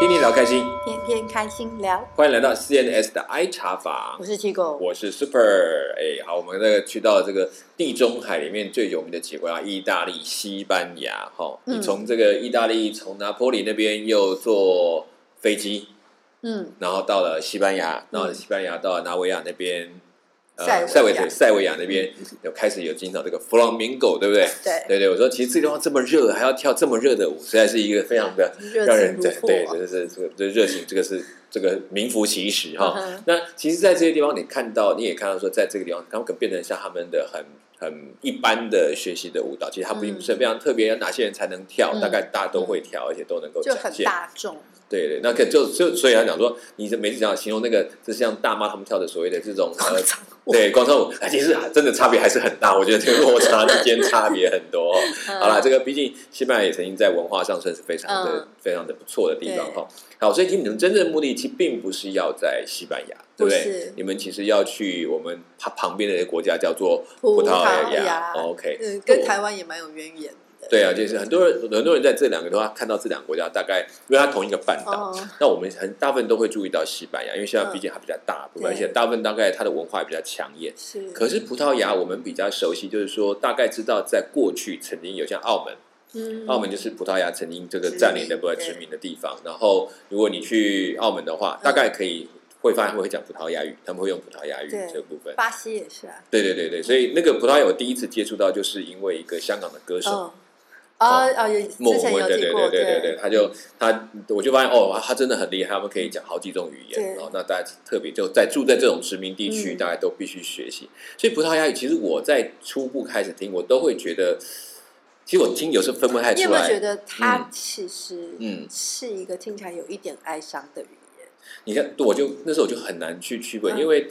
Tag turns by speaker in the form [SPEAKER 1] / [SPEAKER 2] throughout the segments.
[SPEAKER 1] 天天聊开心，
[SPEAKER 2] 天天开心聊。
[SPEAKER 1] 欢迎来到 CNS 的 I 茶坊
[SPEAKER 2] 我，是 Tigo，
[SPEAKER 1] 我是 Super。哎，好，我们这个去到这个地中海里面最有名的几个国家，啊意大利、西班牙。哈、
[SPEAKER 2] 嗯
[SPEAKER 1] 你从这个意大利，从拿坡里那边又坐飞机，
[SPEAKER 2] 嗯，
[SPEAKER 1] 然后到了西班牙，然后
[SPEAKER 2] 嗯
[SPEAKER 1] 西班牙到了纳维亚那边，
[SPEAKER 2] 塞维
[SPEAKER 1] 呃，
[SPEAKER 2] 亚嗯
[SPEAKER 1] 塞维对塞维亚那边有开始有进到这个弗朗明狗，对不对？
[SPEAKER 2] 对，
[SPEAKER 1] 对对，我说其实这地方这么热，还要跳这么热的舞，实在是一个非常的
[SPEAKER 2] 热
[SPEAKER 1] 让
[SPEAKER 2] 情
[SPEAKER 1] 人
[SPEAKER 2] 如
[SPEAKER 1] 对
[SPEAKER 2] 火，
[SPEAKER 1] 对，这是这个这热情，这个是这个名副其实哈。
[SPEAKER 2] 嗯哼
[SPEAKER 1] 那其实，在这些地方，你看到你也看到说，在这个地方，他们可能变成像他们的很很一般的学习的舞蹈，其实它并不是非常特别，哪些人才能跳，
[SPEAKER 2] 嗯
[SPEAKER 1] 大概大家都会跳，而且都能够
[SPEAKER 2] 就
[SPEAKER 1] 展
[SPEAKER 2] 很
[SPEAKER 1] 现。
[SPEAKER 2] 大众，
[SPEAKER 1] 对对，那可就就所以他讲说，你这每次讲形容那个，就像大妈他们跳的所谓的这种呃，对广场舞，哎其实真的差别还是很大，我觉得这个落差之间差别很多、哦。好啦，这
[SPEAKER 2] 个
[SPEAKER 1] 个毕竟西班牙也曾经在文化上算是非常的、
[SPEAKER 2] 嗯
[SPEAKER 1] 非常的不错的地方
[SPEAKER 2] 对
[SPEAKER 1] 哈。好，所以其实你们真正的目的其实并不是要在西班牙，对
[SPEAKER 2] 不
[SPEAKER 1] 对
[SPEAKER 2] 是？
[SPEAKER 1] 你们其实要去我们旁旁边的一个国家叫做
[SPEAKER 2] 葡
[SPEAKER 1] 萄
[SPEAKER 2] 萄
[SPEAKER 1] 牙。
[SPEAKER 2] 牙
[SPEAKER 1] OK，
[SPEAKER 2] 嗯，跟台湾也蛮有渊源的，
[SPEAKER 1] 对啊，就是很多人很多人在这两个的话，看到这两个国家大概，因为它同一个半岛，
[SPEAKER 2] 哦，嗯
[SPEAKER 1] 那我们很大部分都会注意到西班牙，因为西班牙毕竟它比较大，部分，
[SPEAKER 2] 对
[SPEAKER 1] 而且大部分大概它的文化也比较强烈。
[SPEAKER 2] 是，
[SPEAKER 1] 可是葡萄牙我们比较熟悉，就是说大概知道在过去曾经有像澳门，
[SPEAKER 2] 嗯
[SPEAKER 1] 澳门就是葡萄牙曾经这个
[SPEAKER 2] 殖民
[SPEAKER 1] 占领的不
[SPEAKER 2] 对
[SPEAKER 1] 殖民的地方。然后如果你去澳门的话，
[SPEAKER 2] 嗯
[SPEAKER 1] 大概可以会发现会讲葡萄牙语，他们会用葡萄牙语
[SPEAKER 2] 对
[SPEAKER 1] 这个部分。
[SPEAKER 2] 巴西也是啊，
[SPEAKER 1] 对对对对，所以那个葡萄牙我第一次接触到，就是因为一个香港的歌手。
[SPEAKER 2] 嗯，啊啊，有之
[SPEAKER 1] 莫
[SPEAKER 2] 前
[SPEAKER 1] 文
[SPEAKER 2] 有
[SPEAKER 1] 蔚，哦
[SPEAKER 2] 提
[SPEAKER 1] 对
[SPEAKER 2] 过，
[SPEAKER 1] 对对对，他就他，我就发现哦，他真的很厉害，他们可以讲好几种语言
[SPEAKER 2] 对
[SPEAKER 1] 哦。那大家特别就在住在这种殖民地区，
[SPEAKER 2] 嗯
[SPEAKER 1] 大家都必须学习。所以葡萄牙语，其实我在初步开始听，我都会觉得，其实我听有时候分不太
[SPEAKER 2] 你有
[SPEAKER 1] 出
[SPEAKER 2] 没有觉
[SPEAKER 1] 来。
[SPEAKER 2] 得它其实
[SPEAKER 1] 嗯
[SPEAKER 2] 是一个听起来有一点哀伤的语言？
[SPEAKER 1] 你看，我就那时候我就很难去区分，
[SPEAKER 2] 嗯
[SPEAKER 1] 因为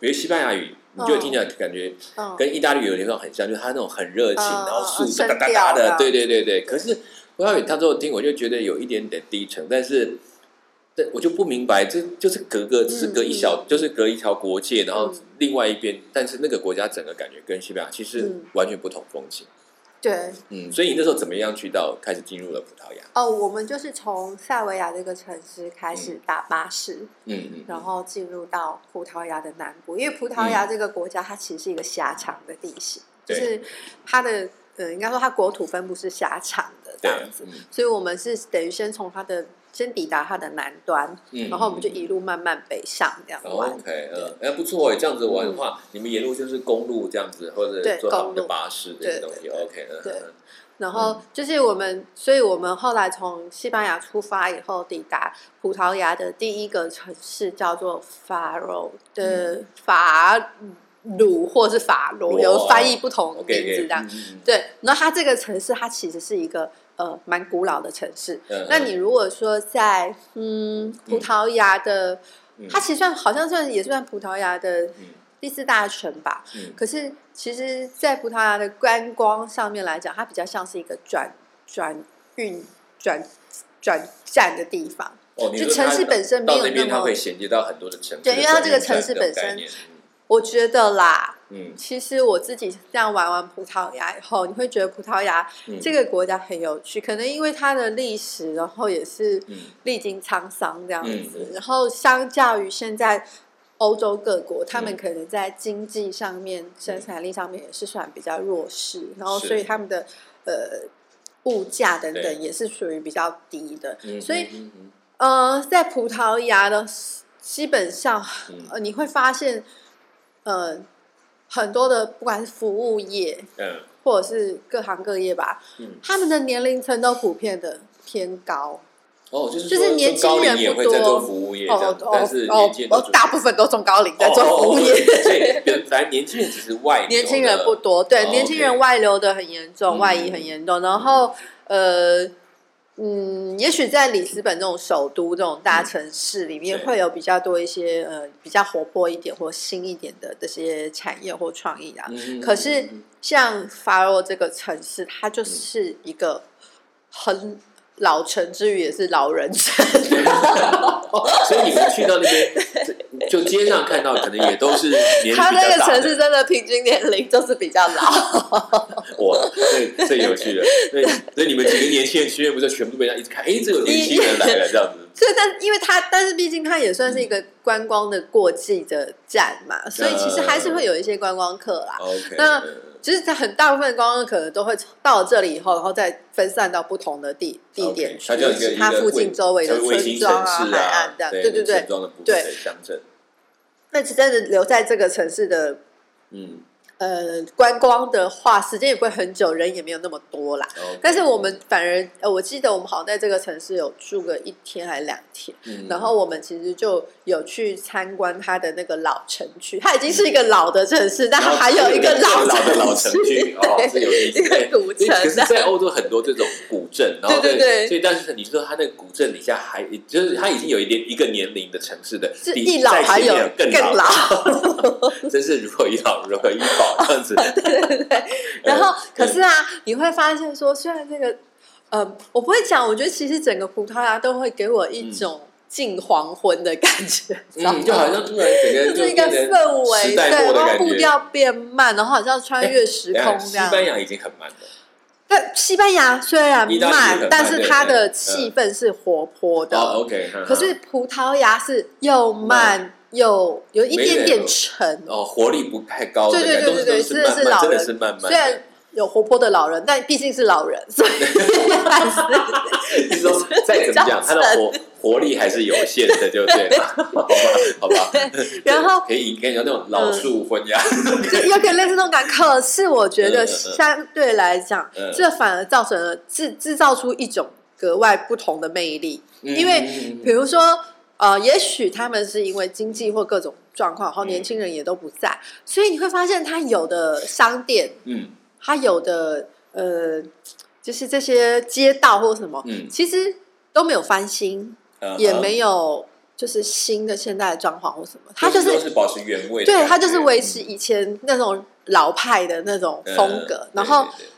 [SPEAKER 1] 比如西班牙语，你就会听起来感觉
[SPEAKER 2] 嗯，
[SPEAKER 1] 跟意大利有地方很像，就是他那种很热情，
[SPEAKER 2] 嗯
[SPEAKER 1] 然后速
[SPEAKER 2] 嗯嗯
[SPEAKER 1] 哒哒哒哒
[SPEAKER 2] 声
[SPEAKER 1] 的
[SPEAKER 2] 调，
[SPEAKER 1] 对对对对。可是葡萄牙语他之后听，我就觉得有一点点低沉，但是，但我就不明白，这就是隔个只是隔一小，就是隔一条国界，然后
[SPEAKER 2] 嗯
[SPEAKER 1] 另外一边，但是那个国家整个感觉跟西班牙其实
[SPEAKER 2] 嗯
[SPEAKER 1] 完全不同风景。
[SPEAKER 2] 对，
[SPEAKER 1] 嗯，所以你那时候怎么样去到开始进入了葡萄牙？
[SPEAKER 2] 哦，我们就是从塞维亚这个城市开始打巴士，
[SPEAKER 1] 嗯嗯，
[SPEAKER 2] 然后进入到葡萄牙的南部，因为葡萄牙这个国家它其实是一个狭长的地形，就
[SPEAKER 1] 对
[SPEAKER 2] 是它的呃，应该说它国土分布是狭长的这
[SPEAKER 1] 对
[SPEAKER 2] 样，子
[SPEAKER 1] 嗯，
[SPEAKER 2] 所以我们是等于先从它的先抵达它的南端，
[SPEAKER 1] 嗯，
[SPEAKER 2] 然后我们就一路慢慢北上这样玩。
[SPEAKER 1] OK，嗯，哎，不错哎，这样子玩的话，你们沿路就是公路这样子，或者
[SPEAKER 2] 嗯对
[SPEAKER 1] 坐他们的
[SPEAKER 2] 公路
[SPEAKER 1] 巴士这些
[SPEAKER 2] 对
[SPEAKER 1] 东西。
[SPEAKER 2] 对
[SPEAKER 1] OK，嗯
[SPEAKER 2] 对
[SPEAKER 1] 嗯
[SPEAKER 2] 然后就是我们，所以我们后来从西班牙出发以后，抵达葡萄牙的第一个城市叫做法罗的法鲁或是法罗，
[SPEAKER 1] 嗯哇
[SPEAKER 2] 有翻译不同的
[SPEAKER 1] OK，
[SPEAKER 2] 名字这样。
[SPEAKER 1] 嗯
[SPEAKER 2] 对，然后它这个城市，它其实是一个呃蛮古老的城市。
[SPEAKER 1] 嗯
[SPEAKER 2] 那你如果说在嗯葡萄牙的，
[SPEAKER 1] 嗯
[SPEAKER 2] 它其实算好像算也算葡萄牙的
[SPEAKER 1] 嗯
[SPEAKER 2] 第四大城吧。
[SPEAKER 1] 嗯
[SPEAKER 2] 可是其实，在葡萄牙的观光上面来讲，它比较像是一个转转运转转站的地方。
[SPEAKER 1] 哦，你
[SPEAKER 2] 就
[SPEAKER 1] 说
[SPEAKER 2] 城
[SPEAKER 1] 它
[SPEAKER 2] 市本身没
[SPEAKER 1] 到
[SPEAKER 2] 有
[SPEAKER 1] 那边，
[SPEAKER 2] 那
[SPEAKER 1] 它
[SPEAKER 2] 么
[SPEAKER 1] 会衔接到很多的城市的
[SPEAKER 2] 对因为它这
[SPEAKER 1] 转运站
[SPEAKER 2] 个城市
[SPEAKER 1] 这
[SPEAKER 2] 本
[SPEAKER 1] 种概
[SPEAKER 2] 身
[SPEAKER 1] 念
[SPEAKER 2] 我觉得啦，
[SPEAKER 1] 嗯
[SPEAKER 2] 其实我自己这样玩完葡萄牙以后，你会觉得葡萄牙
[SPEAKER 1] 嗯
[SPEAKER 2] 这个国家很有趣，可能因为它的历史，然后也是
[SPEAKER 1] 嗯
[SPEAKER 2] 历经沧桑这样子。
[SPEAKER 1] 嗯嗯
[SPEAKER 2] 然后相较于现在欧洲各国，他
[SPEAKER 1] 嗯
[SPEAKER 2] 们可能在经济上面、生产力上面也是算比较弱势，然后
[SPEAKER 1] 是
[SPEAKER 2] 所以他们的呃物价等
[SPEAKER 1] 对
[SPEAKER 2] 等也是属于比较低的。
[SPEAKER 1] 嗯，
[SPEAKER 2] 所以
[SPEAKER 1] 嗯嗯
[SPEAKER 2] 呃，在葡萄牙的基本上
[SPEAKER 1] 嗯
[SPEAKER 2] 呃，你会发现呃很多的不管是服务业，
[SPEAKER 1] 嗯
[SPEAKER 2] 或者是各行各业吧，
[SPEAKER 1] 嗯
[SPEAKER 2] 他们的年龄层都普遍的偏高。
[SPEAKER 1] 哦，就是
[SPEAKER 2] 就是
[SPEAKER 1] 说
[SPEAKER 2] 年
[SPEAKER 1] 中
[SPEAKER 2] 轻
[SPEAKER 1] 高龄
[SPEAKER 2] 人
[SPEAKER 1] 也
[SPEAKER 2] 不
[SPEAKER 1] 会在做
[SPEAKER 2] 多
[SPEAKER 1] 服务业这
[SPEAKER 2] 哦
[SPEAKER 1] 样，但
[SPEAKER 2] 哦
[SPEAKER 1] 是年
[SPEAKER 2] 哦
[SPEAKER 1] 轻人都
[SPEAKER 2] 哦
[SPEAKER 1] 主，
[SPEAKER 2] 大部分都中高龄在
[SPEAKER 1] 哦
[SPEAKER 2] 做
[SPEAKER 1] 哦
[SPEAKER 2] 服务
[SPEAKER 1] 哦
[SPEAKER 2] 业，
[SPEAKER 1] 所以原反正年轻人只是外流的
[SPEAKER 2] 年轻人不多。对，
[SPEAKER 1] 哦
[SPEAKER 2] 年轻人
[SPEAKER 1] OK
[SPEAKER 2] 外流的很严重，
[SPEAKER 1] 嗯
[SPEAKER 2] 外移很严重。然后呃。嗯，也许在里斯本这种首都、这种大城市里面，
[SPEAKER 1] 对
[SPEAKER 2] 会有比较多一些呃比较活泼一点或新一点的这些产业或创意啊。
[SPEAKER 1] 嗯
[SPEAKER 2] 可是
[SPEAKER 1] 嗯
[SPEAKER 2] 像法罗这个城市，它就是一个很老城之余，也是老人城。
[SPEAKER 1] 哦，所以你们去到那边，这就街上看到可能也都是年纪比较
[SPEAKER 2] 它那个
[SPEAKER 1] 大
[SPEAKER 2] 城
[SPEAKER 1] 的
[SPEAKER 2] 市真的平均年龄就是比较老，
[SPEAKER 1] 哇， 这这有趣了。所以所以你们几个年轻人去，不是全部被他一直看，哎，这有年轻人来了这样子，
[SPEAKER 2] 所以但因为它，但是毕竟它也算是一个观光的过季的站
[SPEAKER 1] 嗯
[SPEAKER 2] 嘛，所以其实还是会有一些观光客啦。
[SPEAKER 1] 哦 OK，
[SPEAKER 2] 那其实很大部分观光客可能都会到了这里以后，然后再分散到不同的地地点
[SPEAKER 1] OK，
[SPEAKER 2] 去，
[SPEAKER 1] 它就有一个
[SPEAKER 2] 它附近周围的
[SPEAKER 1] 卫星
[SPEAKER 2] 村
[SPEAKER 1] 城
[SPEAKER 2] 庄啊、
[SPEAKER 1] 市
[SPEAKER 2] 海岸这样，
[SPEAKER 1] 对
[SPEAKER 2] 对对
[SPEAKER 1] 村
[SPEAKER 2] 对。
[SPEAKER 1] 庄的部分
[SPEAKER 2] 对
[SPEAKER 1] 对乡镇，
[SPEAKER 2] 那其实真的留在这个城市的
[SPEAKER 1] 嗯，
[SPEAKER 2] 呃观光的话，时间也不会很久，人也没有那么多啦。
[SPEAKER 1] OK
[SPEAKER 2] 但是我们反而，呃，我记得我们好像在这个城市有住个一天还两天，
[SPEAKER 1] 嗯
[SPEAKER 2] 然后我们其实就有去参观它的那个老城
[SPEAKER 1] 嗯
[SPEAKER 2] 区，它已经是一个老的城市，但
[SPEAKER 1] 然
[SPEAKER 2] 它
[SPEAKER 1] 后
[SPEAKER 2] 还有一个
[SPEAKER 1] 老
[SPEAKER 2] 城
[SPEAKER 1] 的老城区，哦，这有意思。
[SPEAKER 2] 一个
[SPEAKER 1] 对
[SPEAKER 2] 古城
[SPEAKER 1] 可是，
[SPEAKER 2] 这样
[SPEAKER 1] 在欧洲很多这种古镇，然后
[SPEAKER 2] 对对对
[SPEAKER 1] 所以但是你说它那个古镇底下还，就是它已经有一点一个年龄的城市的，
[SPEAKER 2] 是
[SPEAKER 1] 底
[SPEAKER 2] 一老
[SPEAKER 1] 在
[SPEAKER 2] 还
[SPEAKER 1] 前
[SPEAKER 2] 有
[SPEAKER 1] 面更
[SPEAKER 2] 更老，
[SPEAKER 1] 真是如何一老如何一宝这样 子。嗯
[SPEAKER 2] 然后
[SPEAKER 1] 对
[SPEAKER 2] 可是啊，你会发现说，虽然这个，呃，我不会讲，我觉得其实整个葡萄牙都会给我一种近黄昏的感觉，然后
[SPEAKER 1] 嗯，就好像突然整个人
[SPEAKER 2] 哦就是一个
[SPEAKER 1] 变成
[SPEAKER 2] 氛围，
[SPEAKER 1] 时代
[SPEAKER 2] 对，
[SPEAKER 1] 过的
[SPEAKER 2] 然后
[SPEAKER 1] 感
[SPEAKER 2] 步
[SPEAKER 1] 觉。
[SPEAKER 2] 调变慢，然后好像穿越时
[SPEAKER 1] 等一下
[SPEAKER 2] 空这样
[SPEAKER 1] 西。班牙已经很慢了，
[SPEAKER 2] 但西班牙虽然
[SPEAKER 1] 意大利很
[SPEAKER 2] 慢
[SPEAKER 1] 慢，
[SPEAKER 2] 但是它
[SPEAKER 1] 对
[SPEAKER 2] 的
[SPEAKER 1] 对嗯
[SPEAKER 2] 气氛是活泼的。
[SPEAKER 1] 哦，OK，哈哈
[SPEAKER 2] 可是葡萄牙是又慢又有一点
[SPEAKER 1] 没
[SPEAKER 2] 点
[SPEAKER 1] 有
[SPEAKER 2] 沉，
[SPEAKER 1] 哦，活力不太高的
[SPEAKER 2] 对对
[SPEAKER 1] 感觉，
[SPEAKER 2] 对对对
[SPEAKER 1] 都是慢
[SPEAKER 2] 是
[SPEAKER 1] 慢，
[SPEAKER 2] 老
[SPEAKER 1] 真的
[SPEAKER 2] 人
[SPEAKER 1] 是慢慢的。
[SPEAKER 2] 虽然有活泼的老人，但毕竟是老人，所以还 是
[SPEAKER 1] 就是说再怎么 讲，他的活活力还是有限的，对不对？ 好吧，好吧。
[SPEAKER 2] 然后
[SPEAKER 1] 可以可以有那种老树昏鸦，
[SPEAKER 2] 就有点类似那种感。可是我觉
[SPEAKER 1] 嗯嗯
[SPEAKER 2] 得
[SPEAKER 1] 嗯
[SPEAKER 2] 相对来讲，
[SPEAKER 1] 嗯
[SPEAKER 2] 这反而造成了制制造出一种格外不同的魅力。
[SPEAKER 1] 嗯
[SPEAKER 2] 因为
[SPEAKER 1] 嗯
[SPEAKER 2] 比如说，呃，也许他们是因为经济或各种状况，然后
[SPEAKER 1] 嗯
[SPEAKER 2] 年轻人也都不在，所以你会发现他有的商店，
[SPEAKER 1] 嗯
[SPEAKER 2] 他有的呃，就是这些街道或什么，
[SPEAKER 1] 嗯
[SPEAKER 2] 其实都没有翻新，
[SPEAKER 1] 嗯
[SPEAKER 2] 也没有就是新的现代的装潢或什么，它
[SPEAKER 1] 它
[SPEAKER 2] 就
[SPEAKER 1] 都
[SPEAKER 2] 是
[SPEAKER 1] 是保持原位的感
[SPEAKER 2] 对
[SPEAKER 1] 觉，
[SPEAKER 2] 它就是维持以前那种老派的那种
[SPEAKER 1] 嗯
[SPEAKER 2] 风格，
[SPEAKER 1] 嗯
[SPEAKER 2] 然后
[SPEAKER 1] 对对对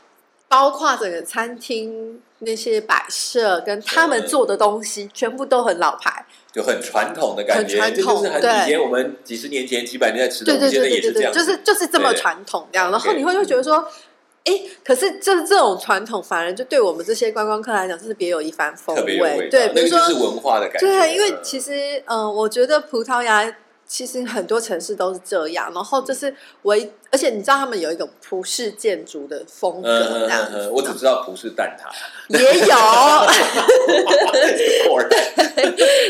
[SPEAKER 2] 包括整个餐厅那些摆设跟他们做的东西，全部都很老牌。
[SPEAKER 1] 就很传统的感觉，
[SPEAKER 2] 很传
[SPEAKER 1] 这
[SPEAKER 2] 统
[SPEAKER 1] 就是很
[SPEAKER 2] 对
[SPEAKER 1] 以前我们几十年前、几百年在吃的，
[SPEAKER 2] 对
[SPEAKER 1] 我们
[SPEAKER 2] 对
[SPEAKER 1] 现在
[SPEAKER 2] 对对
[SPEAKER 1] 也这
[SPEAKER 2] 对对，
[SPEAKER 1] 样
[SPEAKER 2] 就
[SPEAKER 1] 子，
[SPEAKER 2] 是就是这么
[SPEAKER 1] 对
[SPEAKER 2] 传统这样。然后
[SPEAKER 1] OK
[SPEAKER 2] 你会就觉得说，哎，可是就是这种传统，反而就对我们这些观光客来讲，就是别有一番风
[SPEAKER 1] 特别有味
[SPEAKER 2] 味。
[SPEAKER 1] 道。
[SPEAKER 2] 对，比
[SPEAKER 1] 那
[SPEAKER 2] 如
[SPEAKER 1] 个
[SPEAKER 2] 说
[SPEAKER 1] 就是文化的感觉。
[SPEAKER 2] 对，因为
[SPEAKER 1] 嗯
[SPEAKER 2] 其实，嗯、我觉得葡萄牙其实很多城市都是这样，然后就是唯，而且你知道他们有一种葡式建筑的风
[SPEAKER 1] 嗯
[SPEAKER 2] 格，
[SPEAKER 1] 嗯
[SPEAKER 2] 这样
[SPEAKER 1] 嗯
[SPEAKER 2] 子、
[SPEAKER 1] 嗯，我只知道葡式蛋 挞，
[SPEAKER 2] 也有，
[SPEAKER 1] 果然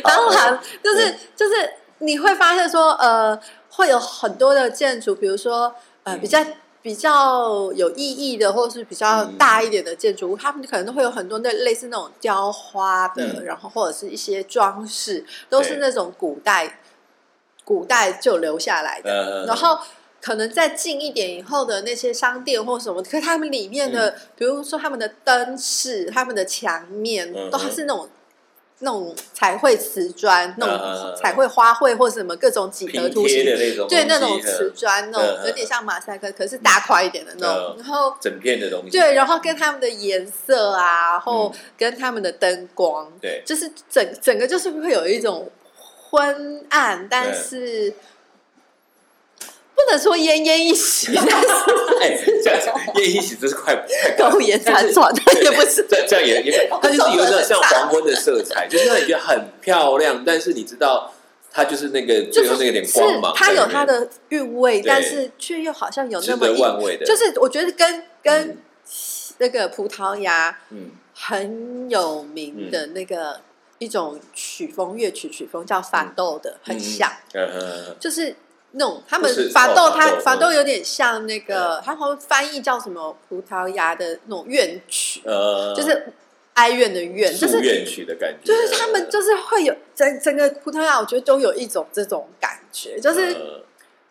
[SPEAKER 2] 然后
[SPEAKER 1] 好
[SPEAKER 2] 还就是就是你会发现说，呃，会有很多的建筑，比如说呃
[SPEAKER 1] 嗯
[SPEAKER 2] 比较。比较有意义的，或者是比较
[SPEAKER 1] 嗯
[SPEAKER 2] 大一点的建筑物，他们可能都会有很多那类似那种雕花的，
[SPEAKER 1] 嗯
[SPEAKER 2] 然后或者是一些装饰，都是
[SPEAKER 1] 对
[SPEAKER 2] 那种古代古代就留下来的。
[SPEAKER 1] 嗯，嗯
[SPEAKER 2] 然后可能再近一点以后的那些商店或什么，可是他们里面
[SPEAKER 1] 嗯
[SPEAKER 2] 的，比如说他们的灯饰、他们的墙面，
[SPEAKER 1] 嗯哼
[SPEAKER 2] 都还是那种。那种彩绘瓷砖，那
[SPEAKER 1] 嗯嗯
[SPEAKER 2] 种
[SPEAKER 1] 嗯
[SPEAKER 2] 彩绘花卉或什么各种几何
[SPEAKER 1] 拼
[SPEAKER 2] 图
[SPEAKER 1] 贴
[SPEAKER 2] 形，
[SPEAKER 1] 的那种东西，
[SPEAKER 2] 对那种
[SPEAKER 1] 嗯
[SPEAKER 2] 瓷砖，那
[SPEAKER 1] 嗯嗯
[SPEAKER 2] 种
[SPEAKER 1] 嗯
[SPEAKER 2] 有点像马赛克，可是大块一点的那种。
[SPEAKER 1] 嗯
[SPEAKER 2] 然后
[SPEAKER 1] 整片的东西，
[SPEAKER 2] 对，然后跟他们的颜色啊，然后
[SPEAKER 1] 嗯
[SPEAKER 2] 跟他们的灯光，
[SPEAKER 1] 对，
[SPEAKER 2] 就是整整个就是会有一种昏暗，但是不能说奄奄一息，但是
[SPEAKER 1] 哎，这样子夜一起真是快快干
[SPEAKER 2] 苟延残喘，但也不 是
[SPEAKER 1] 这这样也也， 它就是有点像黄昏的色彩，就是让你觉得很漂亮，但是你知道它就是那个最
[SPEAKER 2] 就是
[SPEAKER 1] 后那个点
[SPEAKER 2] 是
[SPEAKER 1] 光芒在
[SPEAKER 2] 它
[SPEAKER 1] 里面，
[SPEAKER 2] 有它的韵味，
[SPEAKER 1] 对
[SPEAKER 2] 但是却又好像有
[SPEAKER 1] 值
[SPEAKER 2] 那么
[SPEAKER 1] 得
[SPEAKER 2] 一，
[SPEAKER 1] 万味的，
[SPEAKER 2] 就是我觉得跟跟
[SPEAKER 1] 嗯
[SPEAKER 2] 那个葡萄牙
[SPEAKER 1] 嗯
[SPEAKER 2] 很有名的那个一种曲风乐曲曲风叫法斗的，很像。
[SPEAKER 1] 嗯嗯
[SPEAKER 2] 就是那种他
[SPEAKER 1] 不是
[SPEAKER 2] 们法斗，
[SPEAKER 1] 哦法
[SPEAKER 2] 它
[SPEAKER 1] 斗嗯
[SPEAKER 2] 法斗有点像那个，他们翻译叫什么葡萄牙的那种怨曲，
[SPEAKER 1] 呃，
[SPEAKER 2] 就是哀怨的怨，就
[SPEAKER 1] 祝
[SPEAKER 2] 是
[SPEAKER 1] 愿曲的感觉，
[SPEAKER 2] 就是他们就是会有整整个葡萄牙，我觉得都有一种这种感觉，就是
[SPEAKER 1] 嗯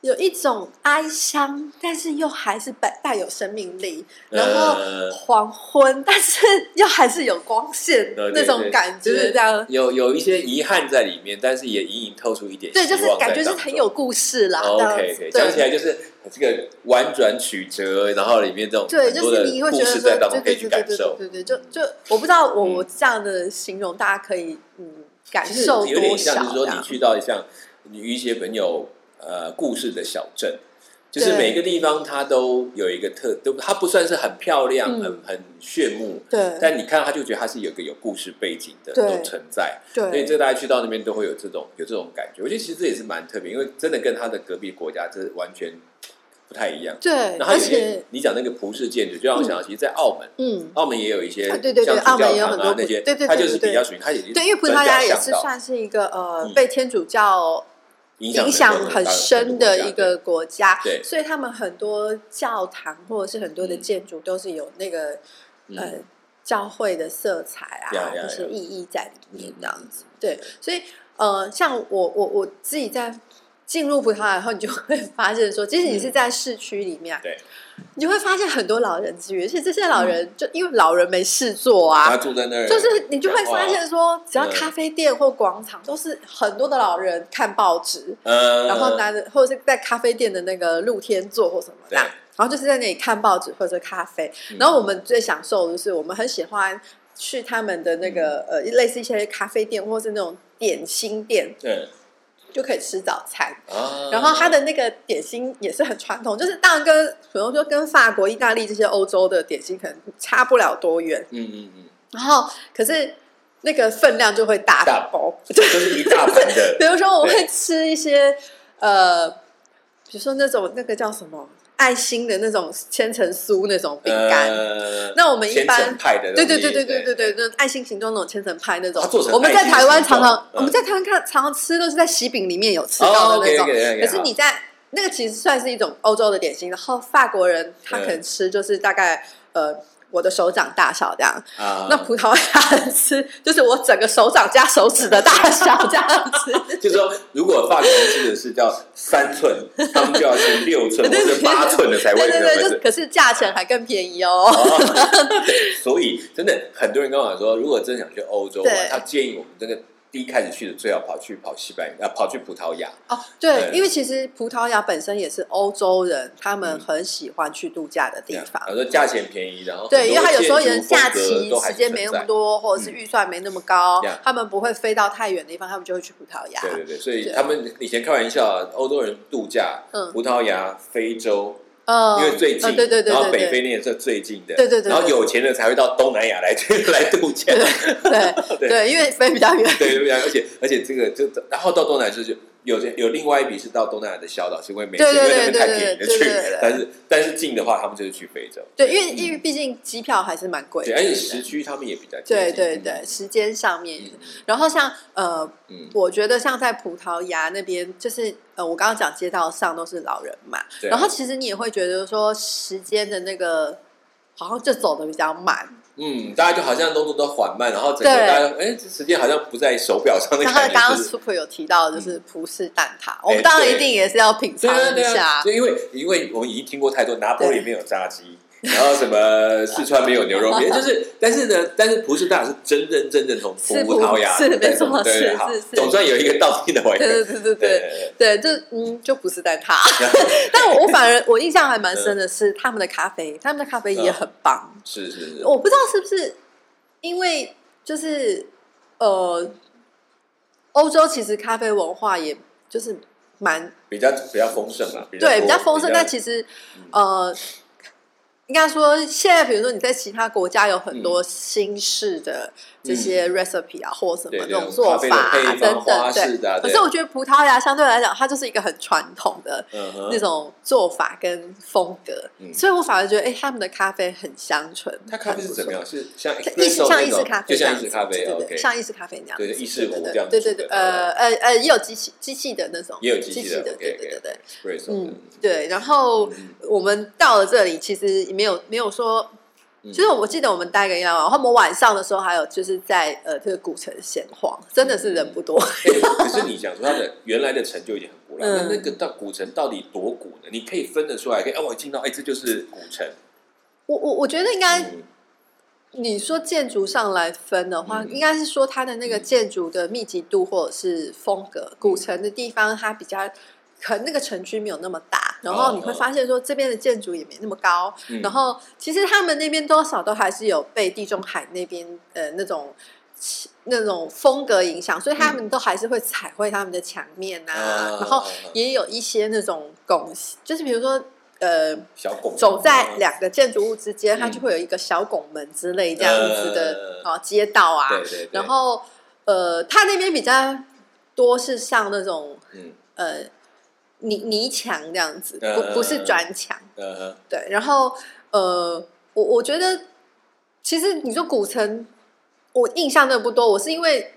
[SPEAKER 2] 有一种哀伤，但是又还是带带有生命力，然后
[SPEAKER 1] 呃
[SPEAKER 2] 黄昏，但是又还是有光线
[SPEAKER 1] 对对
[SPEAKER 2] 那种
[SPEAKER 1] 对
[SPEAKER 2] 感
[SPEAKER 1] 就
[SPEAKER 2] 觉，
[SPEAKER 1] 是
[SPEAKER 2] 这样。
[SPEAKER 1] 有有一些遗憾在里面，但是也隐隐透出一点
[SPEAKER 2] 对，就是
[SPEAKER 1] 希望在
[SPEAKER 2] 感觉是
[SPEAKER 1] 当
[SPEAKER 2] 很
[SPEAKER 1] 中
[SPEAKER 2] 有故事啦。这样
[SPEAKER 1] 哦 OK，
[SPEAKER 2] 子
[SPEAKER 1] OK，
[SPEAKER 2] 对
[SPEAKER 1] 讲起来就是这个婉转曲折，然后里面这种
[SPEAKER 2] 对，
[SPEAKER 1] 很
[SPEAKER 2] 就
[SPEAKER 1] 多
[SPEAKER 2] 是
[SPEAKER 1] 的
[SPEAKER 2] 你会觉
[SPEAKER 1] 故
[SPEAKER 2] 得
[SPEAKER 1] 事
[SPEAKER 2] 说，
[SPEAKER 1] 在当中
[SPEAKER 2] 对
[SPEAKER 1] 可
[SPEAKER 2] 对
[SPEAKER 1] 以去
[SPEAKER 2] 对
[SPEAKER 1] 感
[SPEAKER 2] 对对
[SPEAKER 1] 受，
[SPEAKER 2] 对对，就就我不知道我
[SPEAKER 1] 嗯
[SPEAKER 2] 我这样的形容，大家可以嗯感
[SPEAKER 1] 其实
[SPEAKER 2] 受
[SPEAKER 1] 有点
[SPEAKER 2] 多
[SPEAKER 1] 像，就是
[SPEAKER 2] 少
[SPEAKER 1] 说
[SPEAKER 2] 这
[SPEAKER 1] 你
[SPEAKER 2] 样？
[SPEAKER 1] 去到像你与一些朋友呃故事的小镇，就是
[SPEAKER 2] 对
[SPEAKER 1] 每个地方它都有一个特，都它不算是很漂亮、
[SPEAKER 2] 嗯
[SPEAKER 1] 很很炫目，
[SPEAKER 2] 对
[SPEAKER 1] 但你看它就觉得它是有一个有故事背景的
[SPEAKER 2] 对
[SPEAKER 1] 都存在，所以
[SPEAKER 2] 对
[SPEAKER 1] 这大家去到那边都会有这种有这种感觉。我觉得其实这也是蛮特别，因为真的跟它的隔壁国家这完全不太一样。
[SPEAKER 2] 对，
[SPEAKER 1] 那它
[SPEAKER 2] 而
[SPEAKER 1] 有些
[SPEAKER 2] 且
[SPEAKER 1] 你讲那个葡式建筑，就让我想到，其实，在澳门，
[SPEAKER 2] 嗯，
[SPEAKER 1] 澳门也有一些
[SPEAKER 2] 啊
[SPEAKER 1] 像
[SPEAKER 2] 对对对
[SPEAKER 1] 主
[SPEAKER 2] 澳门
[SPEAKER 1] 教
[SPEAKER 2] 也有
[SPEAKER 1] 堂
[SPEAKER 2] 很
[SPEAKER 1] 啊
[SPEAKER 2] 多
[SPEAKER 1] 那
[SPEAKER 2] 葡
[SPEAKER 1] 些
[SPEAKER 2] 对对，对
[SPEAKER 1] 它就是
[SPEAKER 2] 对
[SPEAKER 1] 比较属于它已经
[SPEAKER 2] 对，因为葡萄牙也是算是一个呃
[SPEAKER 1] 嗯
[SPEAKER 2] 被天主教影
[SPEAKER 1] 影
[SPEAKER 2] 响很深的一个国家，
[SPEAKER 1] 对
[SPEAKER 2] 所以他们很多教堂或者是很多的建筑都是有那个、呃
[SPEAKER 1] 嗯
[SPEAKER 2] 教会的色彩啊，
[SPEAKER 1] 呀呀
[SPEAKER 2] 或是
[SPEAKER 1] 呀
[SPEAKER 2] 意义在里面
[SPEAKER 1] 嗯
[SPEAKER 2] 这样子。对，所以呃，像我我我自己在进入葡萄牙以后，你就会发现说，即使你是在市区里面，
[SPEAKER 1] 嗯对，嗯
[SPEAKER 2] 你就会发现很多老人之余，而且这些老人就因为老人没事做啊，
[SPEAKER 1] 他住在那儿，
[SPEAKER 2] 就是你就会发现说，只要
[SPEAKER 1] 嗯
[SPEAKER 2] 咖啡店或广场，都是很多的老人看报纸，
[SPEAKER 1] 呃，
[SPEAKER 2] 然后拿着或者是在咖啡店的那个露天座或什么的，
[SPEAKER 1] 对
[SPEAKER 2] 然后就是在那里看报纸或者咖啡。
[SPEAKER 1] 嗯
[SPEAKER 2] 然后我们最享受的就是我们很喜欢去他们的那个、
[SPEAKER 1] 嗯
[SPEAKER 2] 呃类似一些咖啡店或是那种点心店，
[SPEAKER 1] 对
[SPEAKER 2] 就可以吃早餐。
[SPEAKER 1] 嗯啊，
[SPEAKER 2] 然后它的那个点心也是很传统，就是当然跟比如说跟法国、意大利这些欧洲的点心可能差不了多远。
[SPEAKER 1] 嗯嗯 嗯，
[SPEAKER 2] 然后可是那个分量就会大
[SPEAKER 1] 大
[SPEAKER 2] 包。
[SPEAKER 1] 就是一大盘
[SPEAKER 2] 比
[SPEAKER 1] 的，
[SPEAKER 2] 如说我会
[SPEAKER 1] 对
[SPEAKER 2] 吃一些呃，比如说那种那个叫什么爱心的那种千层酥那种饼干。
[SPEAKER 1] 呃
[SPEAKER 2] 那我们一
[SPEAKER 1] 千
[SPEAKER 2] 般
[SPEAKER 1] 层派的东
[SPEAKER 2] 对
[SPEAKER 1] 西，哦
[SPEAKER 2] 对对对对对对，那种爱心形状那种千层派那种
[SPEAKER 1] 它做，成
[SPEAKER 2] 我们在台湾
[SPEAKER 1] 爱心形
[SPEAKER 2] 常常
[SPEAKER 1] 状嗯
[SPEAKER 2] 我们在台湾看常常吃都是在喜饼里面有吃
[SPEAKER 1] 哦
[SPEAKER 2] 到的那
[SPEAKER 1] ，OK
[SPEAKER 2] 种，
[SPEAKER 1] OK，
[SPEAKER 2] 可是你在那个其实算是一种欧洲的点心，然后法国人他可能吃就是大概呃我的手掌大小这样，
[SPEAKER 1] 啊，
[SPEAKER 2] 那葡萄牙人吃就是我整个手掌加手指的大小这样 子，
[SPEAKER 1] 就是说，如果法国人吃的是叫三寸，他们就要吃六寸或
[SPEAKER 2] 对对
[SPEAKER 1] 者八寸的才会
[SPEAKER 2] 对
[SPEAKER 1] 认
[SPEAKER 2] 对
[SPEAKER 1] 为
[SPEAKER 2] 对，就是
[SPEAKER 1] 是。
[SPEAKER 2] 可是价钱还更便宜哦。
[SPEAKER 1] 哦对所以真的很多人跟我讲说，如果真的想去欧洲
[SPEAKER 2] 对
[SPEAKER 1] 玩，他建议我们这个第一开始去的最好跑去跑西班牙，啊，跑去葡萄牙。
[SPEAKER 2] 哦，对，
[SPEAKER 1] 对
[SPEAKER 2] 因为其实葡萄牙本身也是欧洲人他
[SPEAKER 1] 嗯
[SPEAKER 2] 们很喜欢去度假的地方。
[SPEAKER 1] 然后价钱便宜，然后
[SPEAKER 2] 对，因为
[SPEAKER 1] 很
[SPEAKER 2] 他
[SPEAKER 1] 多
[SPEAKER 2] 有时候
[SPEAKER 1] 建
[SPEAKER 2] 人
[SPEAKER 1] 筑
[SPEAKER 2] 假
[SPEAKER 1] 风格
[SPEAKER 2] 期
[SPEAKER 1] 都还
[SPEAKER 2] 时
[SPEAKER 1] 是
[SPEAKER 2] 间没那么
[SPEAKER 1] 存在。嗯
[SPEAKER 2] 多，或者是预算没那么高
[SPEAKER 1] Yeah，
[SPEAKER 2] 他们不会飞到太远的地方，他们就会去葡萄牙。
[SPEAKER 1] 对对对，所以
[SPEAKER 2] 对
[SPEAKER 1] 他们以前开玩笑啊，欧洲人度假，
[SPEAKER 2] 嗯
[SPEAKER 1] 葡萄牙、非洲，
[SPEAKER 2] 嗯，
[SPEAKER 1] 因为最近，
[SPEAKER 2] 嗯对对对
[SPEAKER 1] 然后
[SPEAKER 2] 对
[SPEAKER 1] 北
[SPEAKER 2] 对
[SPEAKER 1] 非那也是最近的，
[SPEAKER 2] 对对对对
[SPEAKER 1] 然后有钱人才会到东南亚来 来度假，
[SPEAKER 2] 对 对
[SPEAKER 1] 对
[SPEAKER 2] 对，因为飞比较远，
[SPEAKER 1] 对对对，而且而且这个就然后到东南亚就是有有另外一笔是到东南亚的小岛，是因为没钱，因
[SPEAKER 2] 对对
[SPEAKER 1] 为
[SPEAKER 2] 对
[SPEAKER 1] 那边太便宜了
[SPEAKER 2] 对对
[SPEAKER 1] 去
[SPEAKER 2] 对对对，
[SPEAKER 1] 但是但是近的话，他们就是去非洲，
[SPEAKER 2] 对，因为
[SPEAKER 1] 嗯
[SPEAKER 2] 因为毕竟机票还是蛮贵的，
[SPEAKER 1] 对，而且时区他们也比较接
[SPEAKER 2] 对
[SPEAKER 1] 近
[SPEAKER 2] 对对，，时间上面也
[SPEAKER 1] 嗯
[SPEAKER 2] 是。然后像呃，
[SPEAKER 1] 嗯，
[SPEAKER 2] 我觉得像在葡萄牙那边，就是呃，我刚刚讲街道上都是老人嘛，
[SPEAKER 1] 对啊
[SPEAKER 2] 然后其实你也会觉得说时间的那个好像就走的比较慢，
[SPEAKER 1] 嗯，大家就好像动作都缓慢，然后整个
[SPEAKER 2] 对
[SPEAKER 1] 大家哎，这时间好像不在手表上的
[SPEAKER 2] 像他
[SPEAKER 1] 感
[SPEAKER 2] 刚刚
[SPEAKER 1] 觉，就是。嗯哎
[SPEAKER 2] Super 有提到，就是葡式蛋挞，我们当然
[SPEAKER 1] 对
[SPEAKER 2] 一定也是要品
[SPEAKER 1] 对
[SPEAKER 2] 尝
[SPEAKER 1] 啊，对
[SPEAKER 2] 一
[SPEAKER 1] 啊，
[SPEAKER 2] 下。
[SPEAKER 1] 就因为因为我们已经听过太多，拿破里没有炸鸡，然后什么四川没有牛肉面，就是但是呢，但是葡式大是真真正正从
[SPEAKER 2] 是
[SPEAKER 1] 葡萄牙
[SPEAKER 2] 是
[SPEAKER 1] 对
[SPEAKER 2] 没错
[SPEAKER 1] 对
[SPEAKER 2] 是
[SPEAKER 1] 对好
[SPEAKER 2] 是是
[SPEAKER 1] 总算有一个道地的玩意
[SPEAKER 2] 对
[SPEAKER 1] 儿，
[SPEAKER 2] 对对对
[SPEAKER 1] 对
[SPEAKER 2] 对对，就嗯，就不是蛋挞。但我我反而我印象还蛮
[SPEAKER 1] 嗯
[SPEAKER 2] 深的是他们的咖啡，他们的咖啡也很棒。
[SPEAKER 1] 是是是，
[SPEAKER 2] 我不知道是不是因为就是呃，欧洲其实咖啡文化也就是蛮
[SPEAKER 1] 比较比较丰盛啊，
[SPEAKER 2] 对比较丰盛，但
[SPEAKER 1] 实
[SPEAKER 2] 其实呃。应该说，现在比如说你在其他国家有
[SPEAKER 1] 嗯
[SPEAKER 2] 很多新式的这些 recipe 啊，或什么
[SPEAKER 1] 对
[SPEAKER 2] 那
[SPEAKER 1] 对
[SPEAKER 2] 种做法啊
[SPEAKER 1] 咖啡的配方
[SPEAKER 2] 等等，
[SPEAKER 1] 花式的啊
[SPEAKER 2] 对。可
[SPEAKER 1] 对
[SPEAKER 2] 是我觉得葡萄牙相对来讲，它就是一个很传统的那
[SPEAKER 1] 那
[SPEAKER 2] 种做法跟风格，
[SPEAKER 1] 嗯
[SPEAKER 2] 所以我反而觉得，哎、他们的咖啡很香醇。
[SPEAKER 1] 它咖啡是怎么样？是像
[SPEAKER 2] 很不错？意式
[SPEAKER 1] espresso
[SPEAKER 2] 像
[SPEAKER 1] 那
[SPEAKER 2] 意式
[SPEAKER 1] 种
[SPEAKER 2] 咖啡
[SPEAKER 1] 就
[SPEAKER 2] 这样
[SPEAKER 1] 像
[SPEAKER 2] 子，
[SPEAKER 1] 意式咖啡
[SPEAKER 2] 对对
[SPEAKER 1] ，OK，
[SPEAKER 2] 对，像意式咖啡那样子，
[SPEAKER 1] 对意式壶
[SPEAKER 2] 对对对
[SPEAKER 1] 这样
[SPEAKER 2] 对
[SPEAKER 1] 子
[SPEAKER 2] 对
[SPEAKER 1] 煮
[SPEAKER 2] 对，
[SPEAKER 1] 的
[SPEAKER 2] 呃呃呃，也有机器机器的那种，
[SPEAKER 1] 也有
[SPEAKER 2] 机
[SPEAKER 1] 机
[SPEAKER 2] 器
[SPEAKER 1] 器的
[SPEAKER 2] 对对对对
[SPEAKER 1] OK，OK，OK
[SPEAKER 2] 对，
[SPEAKER 1] espresso，
[SPEAKER 2] 嗯，对。然后
[SPEAKER 1] 嗯
[SPEAKER 2] 我们到了这里，其实也没有没有说，
[SPEAKER 1] 嗯
[SPEAKER 2] 其实我记得我们待个一两晚，然后我们晚上的时候还有就是在呃这个古城闲晃，真的是人不多，
[SPEAKER 1] 欸 可是你想说它的原来的城就已经很古老，那、
[SPEAKER 2] 嗯
[SPEAKER 1] 那个到古城到底多古呢？你可以分得出来，可以哦，我进到哎、这就是古城。
[SPEAKER 2] 我我我觉得应该
[SPEAKER 1] 嗯
[SPEAKER 2] 你说建筑上来分的话，
[SPEAKER 1] 嗯
[SPEAKER 2] 应该是说它的那个建筑的密集度或者是风格，古城的地方它比较。可能那个城区没有那么大，然后你会发现说这边的建筑也没那么高，
[SPEAKER 1] 嗯
[SPEAKER 2] 然后其实他们那边多少都还是有被地中海那边呃那种那种风格影响，所以
[SPEAKER 1] 嗯
[SPEAKER 2] 他们都还是会彩绘他们的墙面啊，
[SPEAKER 1] 啊
[SPEAKER 2] 然后也有一些那种拱，就是比如说呃，
[SPEAKER 1] 小拱嗯门
[SPEAKER 2] 走在两个建筑物之间，它
[SPEAKER 1] 哦嗯呃
[SPEAKER 2] 就会有一个小拱门之类这样子的哦街道啊，
[SPEAKER 1] 对对对，
[SPEAKER 2] 然后呃，它那边比较多是上那种
[SPEAKER 1] 嗯
[SPEAKER 2] 呃泥泥墙这样子，
[SPEAKER 1] 嗯
[SPEAKER 2] 不不是砖墙。
[SPEAKER 1] 嗯哼
[SPEAKER 2] 对，然后呃，我我觉得其实你说古城，我印象真的不多，我是因为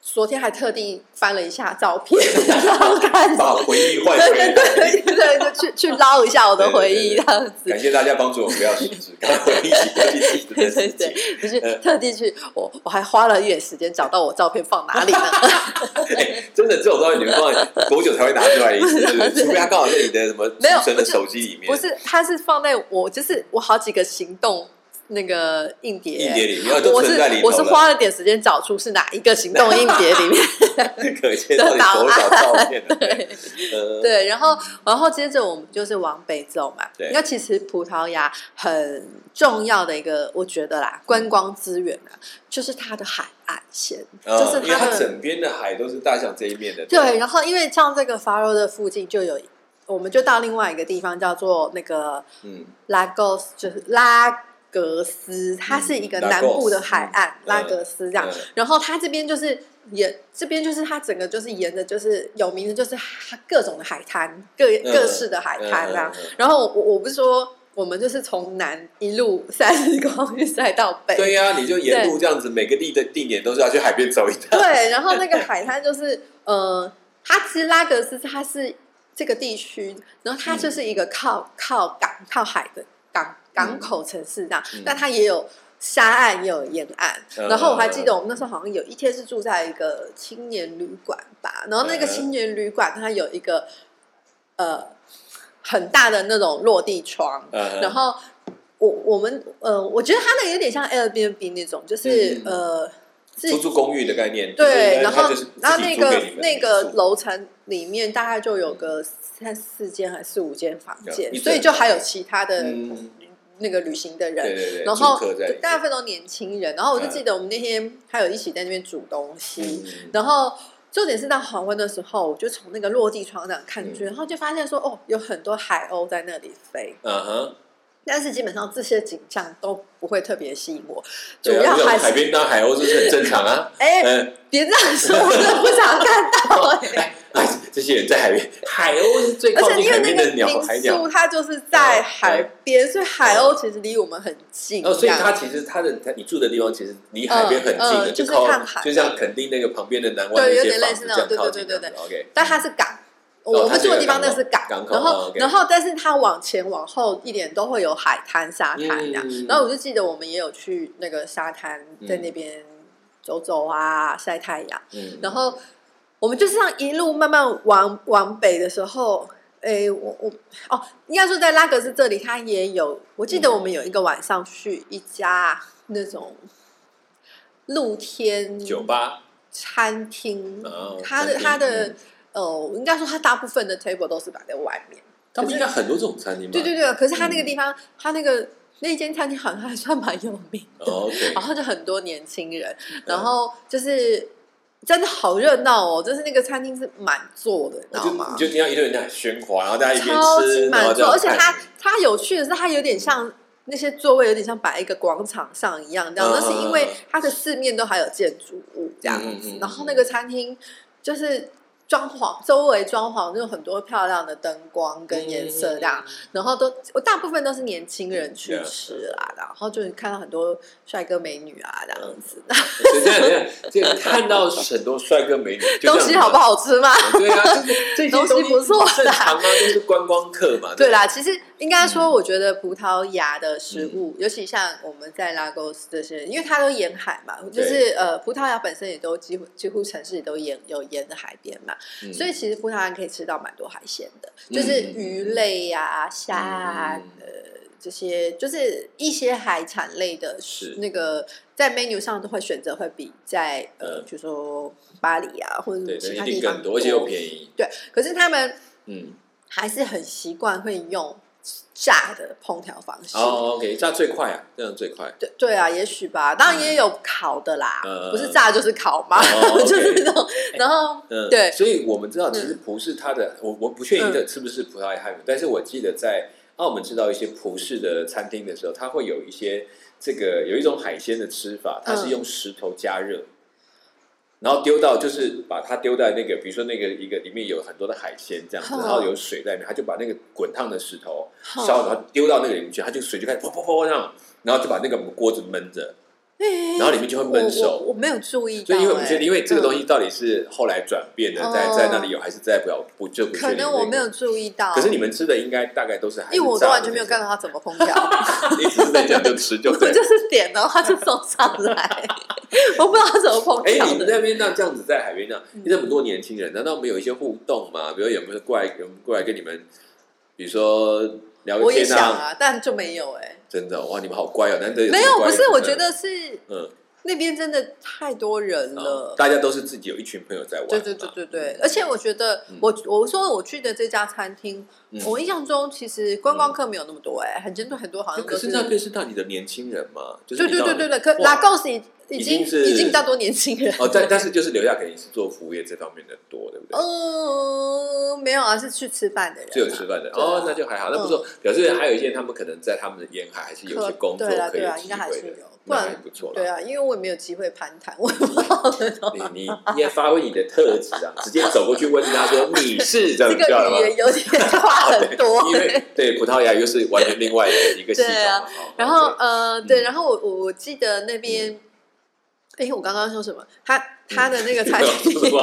[SPEAKER 2] 昨天还特地翻了一下照 片，然后看，
[SPEAKER 1] 把回忆换
[SPEAKER 2] 对
[SPEAKER 1] 回
[SPEAKER 2] 对
[SPEAKER 1] 来。
[SPEAKER 2] 对对，就去去捞一下我的回
[SPEAKER 1] 对对对
[SPEAKER 2] 忆
[SPEAKER 1] 对
[SPEAKER 2] 这样子
[SPEAKER 1] 感。谢大家帮助我们，不要失职，刚回忆起过去自己
[SPEAKER 2] 对
[SPEAKER 1] 的
[SPEAKER 2] 对
[SPEAKER 1] 事情
[SPEAKER 2] 对。，就是特地去，我我还花了一点时间找到我照片放哪 里呢？
[SPEAKER 1] 哎，真的这种东西，你们放在多久才会拿出来一次？对不 对除非它刚好在你的什么
[SPEAKER 2] 没有
[SPEAKER 1] 随身的
[SPEAKER 2] 不是
[SPEAKER 1] 手机里面，
[SPEAKER 2] 不是，它是放在我就是我好几个行动那个硬碟，
[SPEAKER 1] 硬碟里面，哦都
[SPEAKER 2] 我
[SPEAKER 1] 存
[SPEAKER 2] 是
[SPEAKER 1] 在里头
[SPEAKER 2] 我是花
[SPEAKER 1] 了。
[SPEAKER 2] 了点时间找出是哪一个行动硬碟里面。
[SPEAKER 1] 可见到底多少照片？ 对，嗯，
[SPEAKER 2] 对，然后然后接着我们就是往北走嘛。
[SPEAKER 1] 对
[SPEAKER 2] 那其实葡萄牙很重要的一个，我觉得
[SPEAKER 1] 嗯
[SPEAKER 2] 啦，观光资源啊，就是它的海岸线，
[SPEAKER 1] 嗯
[SPEAKER 2] 就是
[SPEAKER 1] 因为它
[SPEAKER 2] 的
[SPEAKER 1] 整边的海都是大象这一面的。
[SPEAKER 2] 对。，然后因为像这个 Faro 的附近就有，我们就到另外一个地方叫做那个
[SPEAKER 1] 嗯，
[SPEAKER 2] 拉格斯，就是拉格斯，它
[SPEAKER 1] 嗯
[SPEAKER 2] 是一个南部的海岸，
[SPEAKER 1] 拉
[SPEAKER 2] 拉
[SPEAKER 1] 格
[SPEAKER 2] 格斯这样
[SPEAKER 1] 嗯。
[SPEAKER 2] 然后它这边就是沿，这边就是它整个就是沿着就是有名的就是各种的海滩，各
[SPEAKER 1] 嗯
[SPEAKER 2] 各式的海滩啊。
[SPEAKER 1] 嗯嗯嗯
[SPEAKER 2] 然后我我不是说我们就是从南一路三十公里晒到北，
[SPEAKER 1] 对呀，你就沿路这样子，每个地的地点都是要去海边走一趟。
[SPEAKER 2] 对，然后那个海滩就是呃，它其实拉格斯它是这个地区，然后它就是一个靠、靠港靠海的港港口城市这样，
[SPEAKER 1] 嗯
[SPEAKER 2] 但它也有。沙岸也有沿岸，
[SPEAKER 1] 嗯
[SPEAKER 2] 然后我还记得我们那时候好像有一天是住在一个青年旅馆吧，然后那
[SPEAKER 1] 嗯
[SPEAKER 2] 个青年旅馆它有一个呃很大的那种落地窗，
[SPEAKER 1] 嗯
[SPEAKER 2] 然后我我们呃，我觉得它那个有点像 Airbnb 那种，就是、
[SPEAKER 1] 嗯
[SPEAKER 2] 呃自
[SPEAKER 1] 出租公寓的概念，
[SPEAKER 2] 对，然后
[SPEAKER 1] 就是
[SPEAKER 2] 然
[SPEAKER 1] 它
[SPEAKER 2] 后
[SPEAKER 1] 就是自己
[SPEAKER 2] 那
[SPEAKER 1] 租给
[SPEAKER 2] 个
[SPEAKER 1] 你们
[SPEAKER 2] 那个
[SPEAKER 1] 住
[SPEAKER 2] 楼层里面大概就有个三四间还是四五间房间，
[SPEAKER 1] 一整
[SPEAKER 2] 所以就还有其他的
[SPEAKER 1] 嗯
[SPEAKER 2] 那个旅行
[SPEAKER 1] 对
[SPEAKER 2] 的人。
[SPEAKER 1] 对对，
[SPEAKER 2] 然后
[SPEAKER 1] 住客在里面
[SPEAKER 2] 大部分都年轻人，然后我就
[SPEAKER 1] 嗯
[SPEAKER 2] 记得我们那天还有一起在那边煮东西，
[SPEAKER 1] 嗯
[SPEAKER 2] 然后重点是到黄昏的时候，我就从那个落地窗那样看去，然后就发现说哦，有很多海鸥在那里飞，
[SPEAKER 1] 嗯哼，
[SPEAKER 2] 但是基本上这些景象都不会特别吸引我，主
[SPEAKER 1] 对啊
[SPEAKER 2] 要
[SPEAKER 1] 那种
[SPEAKER 2] 还
[SPEAKER 1] 海
[SPEAKER 2] 是。
[SPEAKER 1] 边当海鸥是很正常啊
[SPEAKER 2] 哎，
[SPEAKER 1] 嗯，
[SPEAKER 2] 别这样说，我真的不想 看到哎、
[SPEAKER 1] 哎，这些人在海边，海鸥是最
[SPEAKER 2] 而
[SPEAKER 1] 靠
[SPEAKER 2] 且
[SPEAKER 1] 近
[SPEAKER 2] 因
[SPEAKER 1] 海
[SPEAKER 2] 为
[SPEAKER 1] 边
[SPEAKER 2] 那
[SPEAKER 1] 的
[SPEAKER 2] 个
[SPEAKER 1] 鸟，海
[SPEAKER 2] 民
[SPEAKER 1] 鸟
[SPEAKER 2] 宿。它就是在海边，所以海鸥其实离我们很近。
[SPEAKER 1] 哦，所以它
[SPEAKER 2] 这样
[SPEAKER 1] 其实它的它你住的地方其实离海边很近的，
[SPEAKER 2] 嗯嗯就是
[SPEAKER 1] 靠
[SPEAKER 2] 看海
[SPEAKER 1] 就像垦丁那个旁边的南湾的
[SPEAKER 2] 对
[SPEAKER 1] 一
[SPEAKER 2] 有
[SPEAKER 1] 些
[SPEAKER 2] 点
[SPEAKER 1] 房
[SPEAKER 2] 类
[SPEAKER 1] 子
[SPEAKER 2] 似
[SPEAKER 1] 这
[SPEAKER 2] 那
[SPEAKER 1] 样
[SPEAKER 2] 种
[SPEAKER 1] 靠
[SPEAKER 2] 对
[SPEAKER 1] 近
[SPEAKER 2] 对对
[SPEAKER 1] 这样子，OK，
[SPEAKER 2] 但它是港，
[SPEAKER 1] 哦
[SPEAKER 2] 我
[SPEAKER 1] 它
[SPEAKER 2] 们
[SPEAKER 1] 是
[SPEAKER 2] 住
[SPEAKER 1] 一
[SPEAKER 2] 的
[SPEAKER 1] 个
[SPEAKER 2] 地
[SPEAKER 1] 港
[SPEAKER 2] 方那
[SPEAKER 1] 口
[SPEAKER 2] 是港，
[SPEAKER 1] 港口
[SPEAKER 2] 然
[SPEAKER 1] 哦
[SPEAKER 2] 后
[SPEAKER 1] ，OK
[SPEAKER 2] 然后但是它往前往后一点都会有海滩沙滩这样
[SPEAKER 1] 嗯。
[SPEAKER 2] 然后我就记得我们也有去那个沙滩，在那边走走啊，晒太阳。
[SPEAKER 1] 嗯，
[SPEAKER 2] 然后我们就是这样一路慢慢往往北的时候，诶，我我哦，应该说在拉格斯这里，它也有，我记得我们有一个晚上去一家那种露天
[SPEAKER 1] 酒吧，
[SPEAKER 2] 餐厅
[SPEAKER 1] 哦，
[SPEAKER 2] 它的
[SPEAKER 1] 餐厅
[SPEAKER 2] 它的
[SPEAKER 1] 嗯
[SPEAKER 2] 呃，应该说它大部分的 table 都是摆在外面，
[SPEAKER 1] 他
[SPEAKER 2] 可
[SPEAKER 1] 们应
[SPEAKER 2] 是
[SPEAKER 1] 该很多这种餐厅吧？
[SPEAKER 2] 对对对，可是它那个
[SPEAKER 1] 嗯
[SPEAKER 2] 地方，它那个那间餐厅好像还算蛮有名的。
[SPEAKER 1] 哦，OK，
[SPEAKER 2] 然后就很多年轻人，
[SPEAKER 1] 嗯
[SPEAKER 2] 然后就是真的好热闹哦，就是那个餐厅是满座的，你
[SPEAKER 1] 我
[SPEAKER 2] 知道
[SPEAKER 1] 就
[SPEAKER 2] 吗
[SPEAKER 1] 你？就听到一堆人在喧哗，然后大家一边
[SPEAKER 2] 啊超级
[SPEAKER 1] 吃，然后
[SPEAKER 2] 满
[SPEAKER 1] 这
[SPEAKER 2] 座，
[SPEAKER 1] 样
[SPEAKER 2] 而且
[SPEAKER 1] 看
[SPEAKER 2] 它它有趣的是，它有点像。那些座位有点像摆一个广场上一样，这样，
[SPEAKER 1] 嗯
[SPEAKER 2] 那是因为它的四面都还有建筑物这样
[SPEAKER 1] 嗯嗯
[SPEAKER 2] 子
[SPEAKER 1] 嗯嗯，
[SPEAKER 2] 然后那个餐厅就是装潢，周围装潢就有很多漂亮的灯光跟颜
[SPEAKER 1] 嗯
[SPEAKER 2] 色这样，，然后都我大部分都是年轻人去
[SPEAKER 1] Yeah
[SPEAKER 2] 吃啦，然后就看到很多帅哥美女啊这样
[SPEAKER 1] 嗯
[SPEAKER 2] 子，
[SPEAKER 1] 所以这样这样，这个看到很多帅哥美女，就这样
[SPEAKER 2] 东西好不好吃嘛？
[SPEAKER 1] 对啊，就是这些
[SPEAKER 2] 东西不错啦
[SPEAKER 1] 正常啊，都是观光客嘛。
[SPEAKER 2] 对
[SPEAKER 1] 吧，
[SPEAKER 2] 啦，其实应
[SPEAKER 1] 嗯
[SPEAKER 2] 该说，我觉得葡萄牙的食物，尤其像我们在拉勾斯这些，因为它都沿海嘛，
[SPEAKER 1] 嗯
[SPEAKER 2] 就是呃，葡萄牙本身也都几乎几乎城市也都沿有沿着海边嘛，
[SPEAKER 1] 嗯
[SPEAKER 2] 所以其实葡萄牙可以吃到蛮多海鲜的，
[SPEAKER 1] 嗯
[SPEAKER 2] 就是鱼类呀、虾啊
[SPEAKER 1] 嗯，
[SPEAKER 2] 呃，这些就是一些海产类的食，
[SPEAKER 1] 是
[SPEAKER 2] 那个在 menu 上都会选择会比在呃，
[SPEAKER 1] 嗯
[SPEAKER 2] 比如说巴黎啊或者
[SPEAKER 1] 对
[SPEAKER 2] 其
[SPEAKER 1] 对，
[SPEAKER 2] 他
[SPEAKER 1] 一
[SPEAKER 2] 地
[SPEAKER 1] 定
[SPEAKER 2] 方
[SPEAKER 1] 更多，而且又便宜。
[SPEAKER 2] 对，可是他们。
[SPEAKER 1] 嗯，
[SPEAKER 2] 还是很习惯会用炸的烹调方式。
[SPEAKER 1] 哦，OK，这样最快啊，这样最快。
[SPEAKER 2] 对对啊，也许吧，当然也有烤的啦，
[SPEAKER 1] 嗯
[SPEAKER 2] 不是炸就是烤嘛，
[SPEAKER 1] 哦，OK
[SPEAKER 2] 就是那种，然后
[SPEAKER 1] 嗯，
[SPEAKER 2] 对嗯
[SPEAKER 1] 所以我们知道，其实葡式它的，我我不确定这是不是葡萄牙汉语，但是我记得在澳门吃到一些葡式的餐厅的时候，它会有一些这个有一种海鲜的吃法，它
[SPEAKER 2] 嗯
[SPEAKER 1] 是用石头加热，然后丢到就是把它丢在那个，比如说那个一个里面有很多的海鲜这样子，
[SPEAKER 2] 嗯
[SPEAKER 1] 然后有水在里面，他就把那个滚烫的石头
[SPEAKER 2] 嗯
[SPEAKER 1] 烧，然后丢到那个里面去，它就水就开始噗噗噗这样，然后就把那个锅子焖着，
[SPEAKER 2] 哎
[SPEAKER 1] 然后里面就会焖熟
[SPEAKER 2] 我我我没有注意到、
[SPEAKER 1] 所
[SPEAKER 2] 哎
[SPEAKER 1] 以因为我们确定，因为这个东
[SPEAKER 2] 嗯
[SPEAKER 1] 西到底是后来转变的，在
[SPEAKER 2] 哦
[SPEAKER 1] 在那里有还是在不了不就不确定
[SPEAKER 2] 嗯可能我没有注意到，
[SPEAKER 1] 这个。可是你们吃的应该大概都是还是
[SPEAKER 2] 因为我都
[SPEAKER 1] 炸的
[SPEAKER 2] 完全没有看到他怎么烹调，
[SPEAKER 1] 那种，你只是在讲就吃就
[SPEAKER 2] 我
[SPEAKER 1] 对。
[SPEAKER 2] 就是点然后他就送上 来， 我不知道他怎么烹
[SPEAKER 1] 哎，
[SPEAKER 2] 调
[SPEAKER 1] 你们
[SPEAKER 2] 的。
[SPEAKER 1] 那边那这样子在海边那
[SPEAKER 2] 嗯
[SPEAKER 1] 那么多年轻人，难道没有一些互动吗？比如有没有过来有没有过来跟你们，比如说聊
[SPEAKER 2] 我
[SPEAKER 1] 个
[SPEAKER 2] 也
[SPEAKER 1] 天
[SPEAKER 2] 想
[SPEAKER 1] 啊？
[SPEAKER 2] 啊，但就没有哎、
[SPEAKER 1] 真的哇，你们好乖哦，难得这
[SPEAKER 2] 没
[SPEAKER 1] 么
[SPEAKER 2] 有，
[SPEAKER 1] 乖
[SPEAKER 2] 不
[SPEAKER 1] 的
[SPEAKER 2] 是，
[SPEAKER 1] 人
[SPEAKER 2] 我觉得是
[SPEAKER 1] 嗯，
[SPEAKER 2] 那边真的太多人
[SPEAKER 1] 哦
[SPEAKER 2] 了。
[SPEAKER 1] 大家都是自己有一群朋友在玩嘛，
[SPEAKER 2] 对对对对对，而且我觉得
[SPEAKER 1] 嗯
[SPEAKER 2] 我，我说我去的这家餐厅，
[SPEAKER 1] 嗯
[SPEAKER 2] 我印象中其实观光客没有那么多哎、很针对很多好
[SPEAKER 1] 那
[SPEAKER 2] 像
[SPEAKER 1] 可
[SPEAKER 2] 都
[SPEAKER 1] 是那边是到你的年轻人嘛，就是
[SPEAKER 2] 对
[SPEAKER 1] 你
[SPEAKER 2] 对
[SPEAKER 1] 到
[SPEAKER 2] 对对对，可
[SPEAKER 1] 哇
[SPEAKER 2] Lagos 已已
[SPEAKER 1] 已
[SPEAKER 2] 经
[SPEAKER 1] 经是
[SPEAKER 2] 已经比较多年轻人
[SPEAKER 1] 哦，但但是就是留下给你是做服务业这方面的多，对不
[SPEAKER 2] 哦
[SPEAKER 1] 对？
[SPEAKER 2] 嗯，没有啊，是去吃饭的人啊，
[SPEAKER 1] 只有吃饭的
[SPEAKER 2] 对啊
[SPEAKER 1] 哦，那就还好，那不错。表示还有一些他们可能在他们的沿海还是有一些工作
[SPEAKER 2] 对啊
[SPEAKER 1] 可以
[SPEAKER 2] 对
[SPEAKER 1] 有
[SPEAKER 2] 啊，应
[SPEAKER 1] 机
[SPEAKER 2] 该还
[SPEAKER 1] 会
[SPEAKER 2] 是
[SPEAKER 1] 的
[SPEAKER 2] 有，，不
[SPEAKER 1] 那还
[SPEAKER 2] 然
[SPEAKER 1] 不错
[SPEAKER 2] 对
[SPEAKER 1] 啦。
[SPEAKER 2] 啊，因为我也没有机会攀谈，我也不知道那种
[SPEAKER 1] 你你你也发挥你的特质啊，直接走过去问他说 你是这
[SPEAKER 2] 这
[SPEAKER 1] 样知道了
[SPEAKER 2] 个
[SPEAKER 1] 吗
[SPEAKER 2] 语？言有点 话很多
[SPEAKER 1] 啊因。为对葡萄牙又是完全另外的一个系统
[SPEAKER 2] 对啊
[SPEAKER 1] 嘛。哦
[SPEAKER 2] 然后
[SPEAKER 1] 对
[SPEAKER 2] 呃，对，然后我我我记得那
[SPEAKER 1] 嗯
[SPEAKER 2] 边，哎，我刚刚说什么？他他的那个餐 厅
[SPEAKER 1] 没有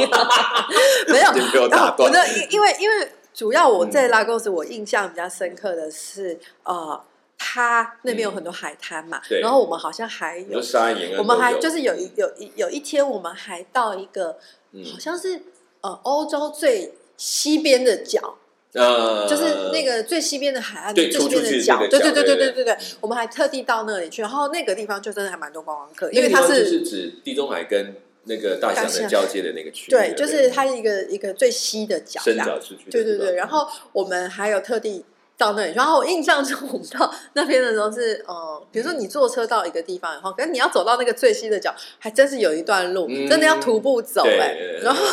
[SPEAKER 2] 没有
[SPEAKER 1] 你没 有打
[SPEAKER 2] 哦，我
[SPEAKER 1] 断，嗯
[SPEAKER 2] 的因因为因为主要我在拉勾子，我印象比较深刻的是，呃，它那边有很多海滩嘛，
[SPEAKER 1] 嗯对
[SPEAKER 2] 然后我们好像还
[SPEAKER 1] 你说
[SPEAKER 2] 有，
[SPEAKER 1] 沙岩啊，
[SPEAKER 2] 我们还
[SPEAKER 1] 都有
[SPEAKER 2] 就是有一有一有一天，我们还到一个
[SPEAKER 1] 嗯
[SPEAKER 2] 好像是呃欧洲最西边的角，
[SPEAKER 1] 呃，
[SPEAKER 2] 就是那个最西边的海岸，
[SPEAKER 1] 对
[SPEAKER 2] 最西边
[SPEAKER 1] 出去是
[SPEAKER 2] 的
[SPEAKER 1] 那
[SPEAKER 2] 角，
[SPEAKER 1] 个
[SPEAKER 2] 对
[SPEAKER 1] 角对
[SPEAKER 2] 对对
[SPEAKER 1] 嗯
[SPEAKER 2] 对对对对
[SPEAKER 1] 对，
[SPEAKER 2] 我们还特地到那里去，然后那个地方就真的还蛮多观光客，
[SPEAKER 1] 那
[SPEAKER 2] 因
[SPEAKER 1] 个
[SPEAKER 2] 为
[SPEAKER 1] 地
[SPEAKER 2] 它
[SPEAKER 1] 方就是是指地中海跟那个大西洋
[SPEAKER 2] 大西
[SPEAKER 1] 的
[SPEAKER 2] 洋
[SPEAKER 1] 交接的那个嗯区域，
[SPEAKER 2] 对，就
[SPEAKER 1] 不
[SPEAKER 2] 是它是一个一个最西的角，这
[SPEAKER 1] 伸
[SPEAKER 2] 样。
[SPEAKER 1] 展出去的
[SPEAKER 2] 对对
[SPEAKER 1] 地方
[SPEAKER 2] 对，然后我们还有特地到那里，然后我印象中我们到那边的时候是，呃，比如说你坐车到一个地方，然后可是你要走到那个最西的角，还真是有一段路，
[SPEAKER 1] 嗯
[SPEAKER 2] 真的要徒步走
[SPEAKER 1] 对
[SPEAKER 2] 哎、
[SPEAKER 1] 对对
[SPEAKER 2] 然后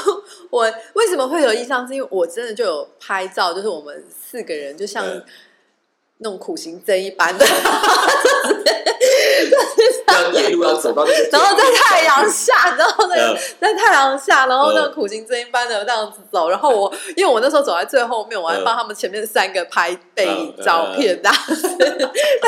[SPEAKER 2] 我为什么会有印象，是因为我真的就有拍照，就是我们四个人就像
[SPEAKER 1] 嗯
[SPEAKER 2] 那种苦行僧一般的，
[SPEAKER 1] 这样一路要走到那个，
[SPEAKER 2] 然后在太阳下，然后那个、
[SPEAKER 1] 嗯
[SPEAKER 2] 在太阳下，然后那
[SPEAKER 1] 嗯
[SPEAKER 2] 个苦行僧一般的那样子走，然后 我因为我那时候走在最后面，我还
[SPEAKER 1] 嗯
[SPEAKER 2] 帮他们前面三个拍背影
[SPEAKER 1] 嗯
[SPEAKER 2] 照片，大 家大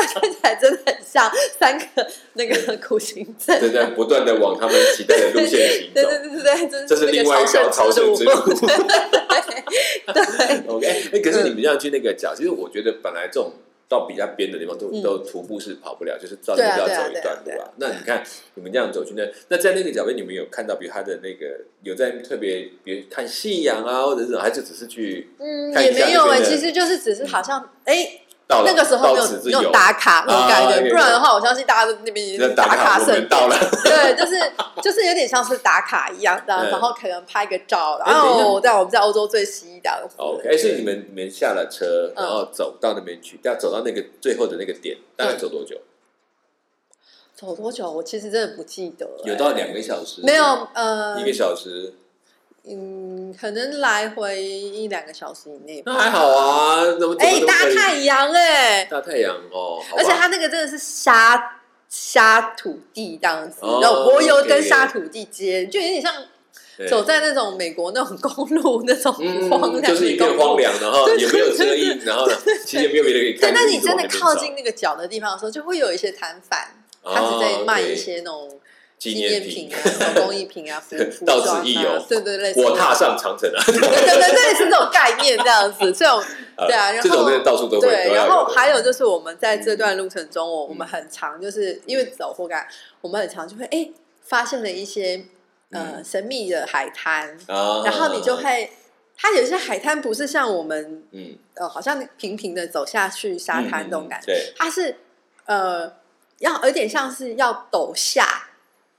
[SPEAKER 2] 家看起来真的很像三个那个苦行僧。
[SPEAKER 1] 正在不断的往他们期待的 路线行走
[SPEAKER 2] 对。对对对对，
[SPEAKER 1] 这
[SPEAKER 2] 真
[SPEAKER 1] 是
[SPEAKER 2] 是那
[SPEAKER 1] 另
[SPEAKER 2] 个
[SPEAKER 1] 外一条朝
[SPEAKER 2] 朝
[SPEAKER 1] 圣
[SPEAKER 2] 圣
[SPEAKER 1] 之
[SPEAKER 2] 之
[SPEAKER 1] 路
[SPEAKER 2] 路。对对 对
[SPEAKER 1] OK，哎，可
[SPEAKER 2] 嗯
[SPEAKER 1] 是你们这样去那个角，其实我觉得本来这种到比较边的地方都
[SPEAKER 2] 嗯
[SPEAKER 1] 都徒步是跑不了，就是照样要走一段
[SPEAKER 2] 对啊对啊对
[SPEAKER 1] 路
[SPEAKER 2] 啊
[SPEAKER 1] 啊。那你看你们这样走去那，那在那个角边，你们有看到，比如它的那个有在特别，比如看夕阳啊，或者是什么还是只是去
[SPEAKER 2] 嗯，
[SPEAKER 1] 看一
[SPEAKER 2] 也
[SPEAKER 1] 下
[SPEAKER 2] 没有
[SPEAKER 1] 就
[SPEAKER 2] 哎、
[SPEAKER 1] 觉得嗯
[SPEAKER 2] 其实就是只是好像哎、
[SPEAKER 1] 到了
[SPEAKER 2] 那个时候没
[SPEAKER 1] 到
[SPEAKER 2] 有
[SPEAKER 1] 此之
[SPEAKER 2] 没有
[SPEAKER 1] 游，
[SPEAKER 2] 打卡那
[SPEAKER 1] 啊
[SPEAKER 2] 种感觉，
[SPEAKER 1] 有
[SPEAKER 2] 不然的话，我相信大家都那边已经
[SPEAKER 1] 那
[SPEAKER 2] 是
[SPEAKER 1] 打
[SPEAKER 2] 卡
[SPEAKER 1] 我
[SPEAKER 2] 圣
[SPEAKER 1] 们
[SPEAKER 2] 地
[SPEAKER 1] 到了。
[SPEAKER 2] 对，就是就是有点像是打卡一样的，
[SPEAKER 1] 嗯
[SPEAKER 2] 然后可能拍个照，
[SPEAKER 1] 哎
[SPEAKER 2] 然
[SPEAKER 1] 等一下
[SPEAKER 2] 后在我们在欧洲最西这样 子。
[SPEAKER 1] OK，哎，所以你们你们下了车，
[SPEAKER 2] 嗯
[SPEAKER 1] 然后走到那边去，要走到那个最后的那个点，大概
[SPEAKER 2] 嗯
[SPEAKER 1] 走多久？
[SPEAKER 2] 走多久？我其实真的不记得了、欸
[SPEAKER 1] 有到两个小时？
[SPEAKER 2] 没有？呃
[SPEAKER 1] 一，个小时，
[SPEAKER 2] 嗯，可能来回一两个小时以内吧。
[SPEAKER 1] 那还好啊，怎么走
[SPEAKER 2] 嗯哎、
[SPEAKER 1] 都
[SPEAKER 2] 大
[SPEAKER 1] 可以
[SPEAKER 2] 太阳哎、
[SPEAKER 1] 大太阳哦，好吧
[SPEAKER 2] 而且它那个真的是沙沙土地这样子，
[SPEAKER 1] 哦
[SPEAKER 2] 然后柏油
[SPEAKER 1] OK
[SPEAKER 2] 跟沙土地接，就有点像
[SPEAKER 1] 对
[SPEAKER 2] 走在那种美国那种公路 那种
[SPEAKER 1] 嗯
[SPEAKER 2] 荒凉的公路，
[SPEAKER 1] 就是一片荒凉，然后
[SPEAKER 2] 对
[SPEAKER 1] 也没有遮阴，然后呢其实也没有别人可以
[SPEAKER 2] 对，
[SPEAKER 1] 看。
[SPEAKER 2] 那你
[SPEAKER 1] 就是
[SPEAKER 2] 真
[SPEAKER 1] 往
[SPEAKER 2] 的
[SPEAKER 1] 那边
[SPEAKER 2] 靠
[SPEAKER 1] 走
[SPEAKER 2] 近那个角的地方的时候，就会有一些摊贩，
[SPEAKER 1] 哦
[SPEAKER 2] 他只在卖
[SPEAKER 1] OK
[SPEAKER 2] 一些那种
[SPEAKER 1] 纪
[SPEAKER 2] 念
[SPEAKER 1] 品
[SPEAKER 2] 品啊、手工艺 品啊、服服
[SPEAKER 1] 到此
[SPEAKER 2] 装
[SPEAKER 1] 一
[SPEAKER 2] 啊
[SPEAKER 1] 游，
[SPEAKER 2] 对对对，
[SPEAKER 1] 我踏上长城啊，
[SPEAKER 2] 对对对对，是这种概念这样子，这种
[SPEAKER 1] 呃
[SPEAKER 2] 对啊然后
[SPEAKER 1] 这种真的到处都会，
[SPEAKER 2] 对，
[SPEAKER 1] 都要
[SPEAKER 2] 然
[SPEAKER 1] 有
[SPEAKER 2] 后
[SPEAKER 1] 的
[SPEAKER 2] 还有就是我们在这段路程中，我
[SPEAKER 1] 嗯
[SPEAKER 2] 我们很常就是因为走或干，我们很常就会哎发现了一些呃
[SPEAKER 1] 嗯
[SPEAKER 2] 神秘的海滩，
[SPEAKER 1] 啊，
[SPEAKER 2] 然后你就会。它有一些海滩不是像我们
[SPEAKER 1] 嗯
[SPEAKER 2] 呃，好像平平的走下去沙滩那种感觉，
[SPEAKER 1] 觉，
[SPEAKER 2] 它是呃，要有点像是要陡下，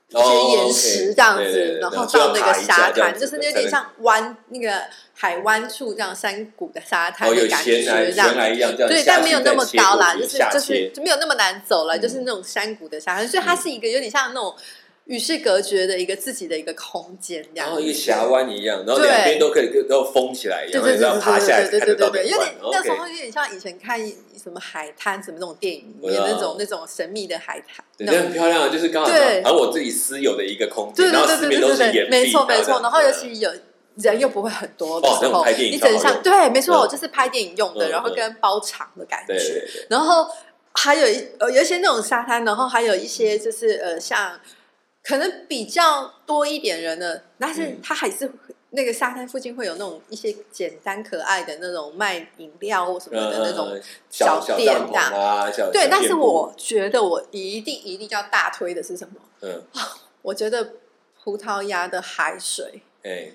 [SPEAKER 2] 就是
[SPEAKER 1] 哦
[SPEAKER 2] 岩
[SPEAKER 1] ，OK，
[SPEAKER 2] 石这样
[SPEAKER 1] 对对
[SPEAKER 2] 子
[SPEAKER 1] 对，然
[SPEAKER 2] 然
[SPEAKER 1] 后
[SPEAKER 2] 后
[SPEAKER 1] 就
[SPEAKER 2] 到
[SPEAKER 1] 要
[SPEAKER 2] 那
[SPEAKER 1] 爬
[SPEAKER 2] 个
[SPEAKER 1] 一下
[SPEAKER 2] 沙
[SPEAKER 1] 这样
[SPEAKER 2] 滩，
[SPEAKER 1] 子
[SPEAKER 2] 就是有
[SPEAKER 1] 才
[SPEAKER 2] 点
[SPEAKER 1] 能
[SPEAKER 2] 像湾那个海湾处这样山谷的沙滩
[SPEAKER 1] 哦，有
[SPEAKER 2] 的感觉
[SPEAKER 1] 悬崖
[SPEAKER 2] 这
[SPEAKER 1] 悬
[SPEAKER 2] 样。
[SPEAKER 1] 崖一样这样，
[SPEAKER 2] 对，
[SPEAKER 1] 下
[SPEAKER 2] 但没
[SPEAKER 1] 去
[SPEAKER 2] 有那
[SPEAKER 1] 再
[SPEAKER 2] 么
[SPEAKER 1] 切
[SPEAKER 2] 高
[SPEAKER 1] 过
[SPEAKER 2] 啦，
[SPEAKER 1] 去
[SPEAKER 2] 就是
[SPEAKER 1] 下
[SPEAKER 2] 就是
[SPEAKER 1] 切
[SPEAKER 2] 就没有那么难走了，就是
[SPEAKER 1] 嗯
[SPEAKER 2] 那种山谷的沙滩，所以它是一个有点像那种与世隔绝的一个自己的一个空间这
[SPEAKER 1] 然
[SPEAKER 2] 样
[SPEAKER 1] 后一个
[SPEAKER 2] 子
[SPEAKER 1] 峡湾一样，然后
[SPEAKER 2] 对
[SPEAKER 1] 两边都可以都要封起来一
[SPEAKER 2] 对
[SPEAKER 1] 样，
[SPEAKER 2] 对
[SPEAKER 1] 然后要
[SPEAKER 2] 对
[SPEAKER 1] 爬下来才
[SPEAKER 2] 对
[SPEAKER 1] 看得
[SPEAKER 2] 对对
[SPEAKER 1] 到
[SPEAKER 2] 对
[SPEAKER 1] 那个
[SPEAKER 2] 对，有
[SPEAKER 1] 湾
[SPEAKER 2] 点。那时
[SPEAKER 1] OK，
[SPEAKER 2] 候有点像以前看什么海滩什么那种电影里
[SPEAKER 1] 对
[SPEAKER 2] 面
[SPEAKER 1] 啊
[SPEAKER 2] 那种那种神秘的海滩，
[SPEAKER 1] 对，
[SPEAKER 2] 那
[SPEAKER 1] 这
[SPEAKER 2] 种
[SPEAKER 1] 很漂亮啊，就是刚好
[SPEAKER 2] 对
[SPEAKER 1] 然后我自己私有的一个空间，
[SPEAKER 2] 对
[SPEAKER 1] 然
[SPEAKER 2] 对
[SPEAKER 1] 后
[SPEAKER 2] 对
[SPEAKER 1] 四
[SPEAKER 2] 对
[SPEAKER 1] 面都
[SPEAKER 2] 对
[SPEAKER 1] 是
[SPEAKER 2] 对
[SPEAKER 1] 岩
[SPEAKER 2] 对，
[SPEAKER 1] 壁，
[SPEAKER 2] 没错没
[SPEAKER 1] 这样
[SPEAKER 2] 错。
[SPEAKER 1] 子
[SPEAKER 2] 然后尤其有人又不会很多的
[SPEAKER 1] 哦
[SPEAKER 2] 时
[SPEAKER 1] 那种
[SPEAKER 2] 候，
[SPEAKER 1] 拍电影
[SPEAKER 2] 一
[SPEAKER 1] 超
[SPEAKER 2] 整
[SPEAKER 1] 好
[SPEAKER 2] 上
[SPEAKER 1] 用
[SPEAKER 2] 对，没错，
[SPEAKER 1] 嗯
[SPEAKER 2] 就是拍电影用的，
[SPEAKER 1] 嗯
[SPEAKER 2] 然后
[SPEAKER 1] 嗯
[SPEAKER 2] 跟包场的感
[SPEAKER 1] 对
[SPEAKER 2] 觉。
[SPEAKER 1] 对对，
[SPEAKER 2] 然后还有一呃有一些那种沙滩，然后还有一些就是呃像可能比较多一点人的，但是
[SPEAKER 1] 嗯
[SPEAKER 2] 它还是那个沙滩附近会有那种一些简单可爱的那种卖饮料或什么的那种
[SPEAKER 1] 嗯小
[SPEAKER 2] 小
[SPEAKER 1] 帐
[SPEAKER 2] 店
[SPEAKER 1] 篷啊，小
[SPEAKER 2] 对，
[SPEAKER 1] 小
[SPEAKER 2] 但是
[SPEAKER 1] 店铺
[SPEAKER 2] 我觉得我一定一定要大推的是什么？
[SPEAKER 1] 嗯
[SPEAKER 2] 我觉得葡萄牙的海水
[SPEAKER 1] 哎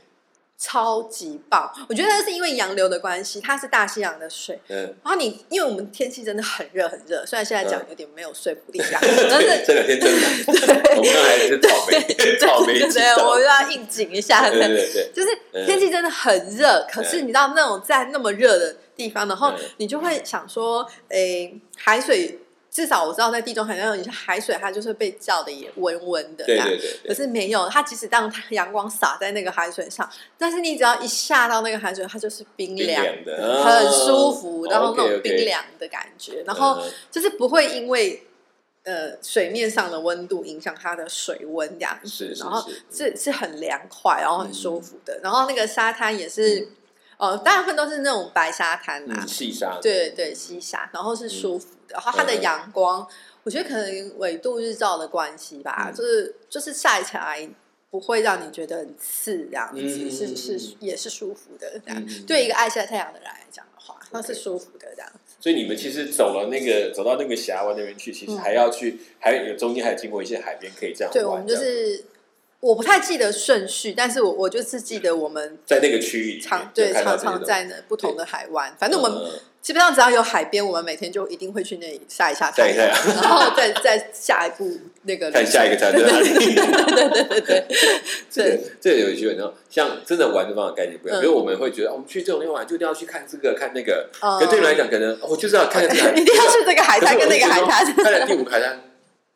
[SPEAKER 2] 超级棒，我觉得是因为洋流的关系，它是大西洋的水。
[SPEAKER 1] 嗯，
[SPEAKER 2] 然后你，因为我们天气真的很热很热，虽然现在讲
[SPEAKER 1] 嗯
[SPEAKER 2] 有点没有说服力 啊，但是
[SPEAKER 1] 这两天真的，
[SPEAKER 2] 对
[SPEAKER 1] 我们刚才是草莓草莓嗯
[SPEAKER 2] 对
[SPEAKER 1] 季
[SPEAKER 2] 对，我
[SPEAKER 1] 到
[SPEAKER 2] 们
[SPEAKER 1] 了，
[SPEAKER 2] 要应景一下。
[SPEAKER 1] 对对对，
[SPEAKER 2] 就是天气真的很热，可是你知道那种在那么热的地方，然后
[SPEAKER 1] 嗯
[SPEAKER 2] 你就会想说，诶、海水至少我知道在地中海那种，你是海水它就是被叫的也温温的这
[SPEAKER 1] 对
[SPEAKER 2] 样，
[SPEAKER 1] 对对对
[SPEAKER 2] 可是没有，它即使当太阳光洒在那个海水上，但是你只要一下到那个海水，它就是冰
[SPEAKER 1] 冰
[SPEAKER 2] 凉，
[SPEAKER 1] 凉的，嗯
[SPEAKER 2] 很舒服，然后那种
[SPEAKER 1] OK，OK
[SPEAKER 2] 冰凉的感觉，然后
[SPEAKER 1] 嗯
[SPEAKER 2] 就是不会因为呃水面上的温度影响它的水温这样子，
[SPEAKER 1] 是是嗯
[SPEAKER 2] 然后
[SPEAKER 1] 是，
[SPEAKER 2] 是是很凉快，然后很舒服的，然后那个沙滩也是，呃，大部分都是那种白沙滩啊啦、
[SPEAKER 1] 嗯细沙的，
[SPEAKER 2] 对对，西沙，然后
[SPEAKER 1] 嗯
[SPEAKER 2] 是舒服的，然后它的阳光，我觉得可能纬度日照的关系吧，
[SPEAKER 1] 嗯
[SPEAKER 2] 就是就是晒起来不会让你觉得很刺，这样子、
[SPEAKER 1] 嗯
[SPEAKER 2] 是是也是舒服的，这样、
[SPEAKER 1] 嗯
[SPEAKER 2] 对一个爱晒太阳的人来讲的话，那是
[SPEAKER 1] OK
[SPEAKER 2] 舒服的这样。
[SPEAKER 1] 所以你们其实走了那个走到那个峡湾那边去，其实
[SPEAKER 2] 嗯
[SPEAKER 1] 还要去，还有中间还经过一些海边可以这样
[SPEAKER 2] 对，
[SPEAKER 1] 玩
[SPEAKER 2] 我们就
[SPEAKER 1] 这样
[SPEAKER 2] 是我不太记得顺序，但是我我就是记得我们
[SPEAKER 1] 在那个区域里面
[SPEAKER 2] 常
[SPEAKER 1] 就
[SPEAKER 2] 对
[SPEAKER 1] 看到
[SPEAKER 2] 常
[SPEAKER 1] 这些东
[SPEAKER 2] 常
[SPEAKER 1] 西，
[SPEAKER 2] 在那不同的海湾，反
[SPEAKER 1] 嗯，
[SPEAKER 2] 正我们
[SPEAKER 1] 嗯
[SPEAKER 2] 基本上只要有海边，我们每天就一定会去那里晒一下太
[SPEAKER 1] 晒一
[SPEAKER 2] 阳，
[SPEAKER 1] 下
[SPEAKER 2] 然后再再下一步 那个
[SPEAKER 1] 看下一个站在哪里。
[SPEAKER 2] 对对
[SPEAKER 1] 这个
[SPEAKER 2] 对
[SPEAKER 1] 这个有趣，然后像真的玩的方法概念不一样，
[SPEAKER 2] 嗯
[SPEAKER 1] 比如我们会觉得，哦我们去这种地方玩就一定要去看这个看那个，
[SPEAKER 2] 嗯
[SPEAKER 1] 可对你们来讲，可能哦我就是要看这个海
[SPEAKER 2] 对，一定要去这个海
[SPEAKER 1] 可
[SPEAKER 2] 滩
[SPEAKER 1] 是
[SPEAKER 2] 跟那个 海滩
[SPEAKER 1] 看了第五个海滩，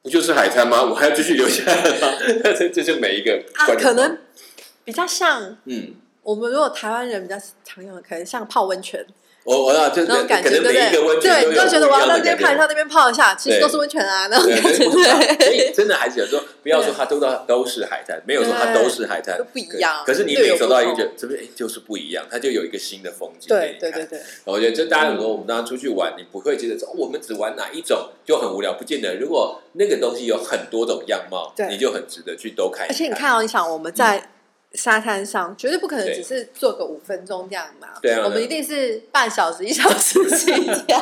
[SPEAKER 1] 不就是海滩吗？我还要继续留下来吗？ 这这是每一个
[SPEAKER 2] 啊，
[SPEAKER 1] 观点
[SPEAKER 2] 可能比较像
[SPEAKER 1] 嗯，
[SPEAKER 2] 我们如果台湾人比较常用的，可能像泡温泉
[SPEAKER 1] 我我知道，就是
[SPEAKER 2] 那种感觉，
[SPEAKER 1] 可
[SPEAKER 2] 对
[SPEAKER 1] 能
[SPEAKER 2] 不
[SPEAKER 1] 每一个
[SPEAKER 2] 对？
[SPEAKER 1] 温泉
[SPEAKER 2] 对，
[SPEAKER 1] 都
[SPEAKER 2] 你
[SPEAKER 1] 有
[SPEAKER 2] 就觉得
[SPEAKER 1] 不
[SPEAKER 2] 我
[SPEAKER 1] 一
[SPEAKER 2] 要
[SPEAKER 1] 样
[SPEAKER 2] 到
[SPEAKER 1] 的
[SPEAKER 2] 这边泡一
[SPEAKER 1] 感觉
[SPEAKER 2] 下，那边泡一下，其实
[SPEAKER 1] 对
[SPEAKER 2] 都是温泉啊，那种
[SPEAKER 1] 对
[SPEAKER 2] 感
[SPEAKER 1] 对
[SPEAKER 2] 觉
[SPEAKER 1] 不一样
[SPEAKER 2] 对。
[SPEAKER 1] 所以真的还是有说，不要说它都到都是海滩，没有说它都是海滩
[SPEAKER 2] 都，不一样
[SPEAKER 1] 可可是你
[SPEAKER 2] 对有
[SPEAKER 1] 每走到一
[SPEAKER 2] 不
[SPEAKER 1] 个
[SPEAKER 2] 同，
[SPEAKER 1] 这边哎就是不一样，它就有一个新的风景给
[SPEAKER 2] 对
[SPEAKER 1] 你
[SPEAKER 2] 对
[SPEAKER 1] 看
[SPEAKER 2] 对对，
[SPEAKER 1] 我觉得，就大家有时候我们当然出去玩，你不会觉得说、哦我们只玩哪一种就很无聊，不见得。如果那个东西有很多种样貌，
[SPEAKER 2] 对
[SPEAKER 1] 你就很值得去都看一看。
[SPEAKER 2] 而且你，看哦，你想我们
[SPEAKER 1] 嗯
[SPEAKER 2] 在沙滩上，绝对不可能
[SPEAKER 1] 对
[SPEAKER 2] 只是做个五分钟这样嘛。
[SPEAKER 1] 对啊
[SPEAKER 2] 我们一定是半小时、一小时起跳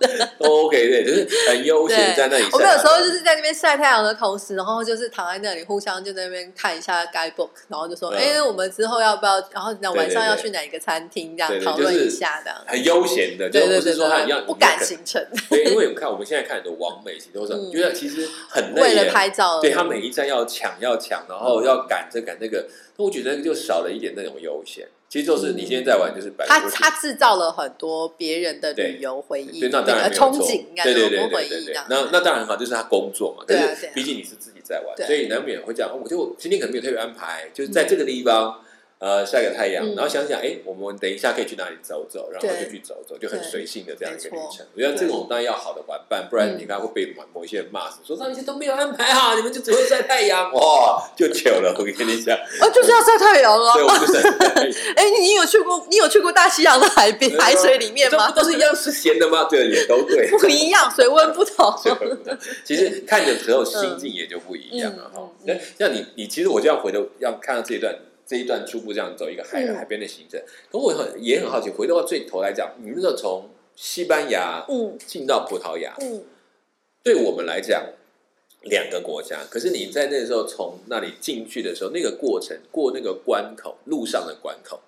[SPEAKER 2] 的。
[SPEAKER 1] 都 OK，对，就是很悠闲
[SPEAKER 2] 对，
[SPEAKER 1] 在那里晒太阳。
[SPEAKER 2] 我们有时候就是在那边晒太阳的同时，然后就是躺在那里互相就在那边看一下 guidebook，然后就说，
[SPEAKER 1] 嗯
[SPEAKER 2] 哎、我们之后要不要？然后
[SPEAKER 1] 对
[SPEAKER 2] 讲
[SPEAKER 1] 对
[SPEAKER 2] 晚上要去哪一个餐厅这
[SPEAKER 1] 对对
[SPEAKER 2] 样讨
[SPEAKER 1] 就
[SPEAKER 2] 论
[SPEAKER 1] 是
[SPEAKER 2] 一下这样。
[SPEAKER 1] 很悠闲的，就
[SPEAKER 2] 对对
[SPEAKER 1] 不
[SPEAKER 2] 对
[SPEAKER 1] 是说它
[SPEAKER 2] 对
[SPEAKER 1] 一样
[SPEAKER 2] 对，不敢
[SPEAKER 1] 行。
[SPEAKER 2] 行程，
[SPEAKER 1] 对，因为我们看我们现在看很多网美，其实都是
[SPEAKER 2] 嗯
[SPEAKER 1] 觉得其实很累
[SPEAKER 2] 为
[SPEAKER 1] 耶
[SPEAKER 2] 了拍照。
[SPEAKER 1] 对他每一站要抢要抢，然后要赶这赶那个，那我觉得就少了一点那种悠闲。其实就是你现在玩就是摆
[SPEAKER 2] 他
[SPEAKER 1] 脱去
[SPEAKER 2] 他制造了很多别人的
[SPEAKER 1] 对
[SPEAKER 2] 旅游回忆，
[SPEAKER 1] 对，那当然
[SPEAKER 2] 呃
[SPEAKER 1] 没有
[SPEAKER 2] 憧
[SPEAKER 1] 错
[SPEAKER 2] 憬应该
[SPEAKER 1] 对对
[SPEAKER 2] 说
[SPEAKER 1] 对
[SPEAKER 2] 不
[SPEAKER 1] 对
[SPEAKER 2] 回
[SPEAKER 1] 对
[SPEAKER 2] 忆这
[SPEAKER 1] 对
[SPEAKER 2] 样。，
[SPEAKER 1] 那那当然很好，就是他工作嘛，可
[SPEAKER 2] 啊对啊
[SPEAKER 1] 是
[SPEAKER 2] 对啊
[SPEAKER 1] 毕竟你是自己在玩，
[SPEAKER 2] 对
[SPEAKER 1] 所以难免会讲，哦我就今天可能没有特别安排，就是在这个地方。呃，晒个太阳，
[SPEAKER 2] 嗯
[SPEAKER 1] 然后想想，哎，我们等一下可以去哪里走走，然后
[SPEAKER 2] 对
[SPEAKER 1] 就去走走，就很
[SPEAKER 2] 对
[SPEAKER 1] 随性的这样一个旅
[SPEAKER 2] 没错
[SPEAKER 1] 程。我觉得这种当然要好的玩伴，不然
[SPEAKER 2] 嗯
[SPEAKER 1] 你看会被某某一些人骂死，说上一些都没有安排好，你们就只会晒太阳，哇，就糗了。我跟你 讲，
[SPEAKER 2] 啊，就是要晒太阳啊
[SPEAKER 1] 对，！我就是很
[SPEAKER 2] 哎、你有去过你有去过大西洋的海边海水里面
[SPEAKER 1] 啊这
[SPEAKER 2] 吗
[SPEAKER 1] 不？都是一样是咸的吗？对，也都对，
[SPEAKER 2] 不一样，水温不同。
[SPEAKER 1] 所以我不知道 其实看的时候心境也就不一样了哈
[SPEAKER 2] 嗯嗯。
[SPEAKER 1] 那、
[SPEAKER 2] 嗯
[SPEAKER 1] 像你，你其实我就要回头要看到这一段这一段初步这样走一个海、
[SPEAKER 2] 嗯
[SPEAKER 1] 海边的行程，可我很也很好奇，回到最头来讲，你那时候从西班牙
[SPEAKER 2] 嗯
[SPEAKER 1] 进到葡萄牙，
[SPEAKER 2] 嗯，
[SPEAKER 1] 对我们来讲。两个国家，可是你在那时候从那里进去的时候，那个过程过那个关口，路上的关口，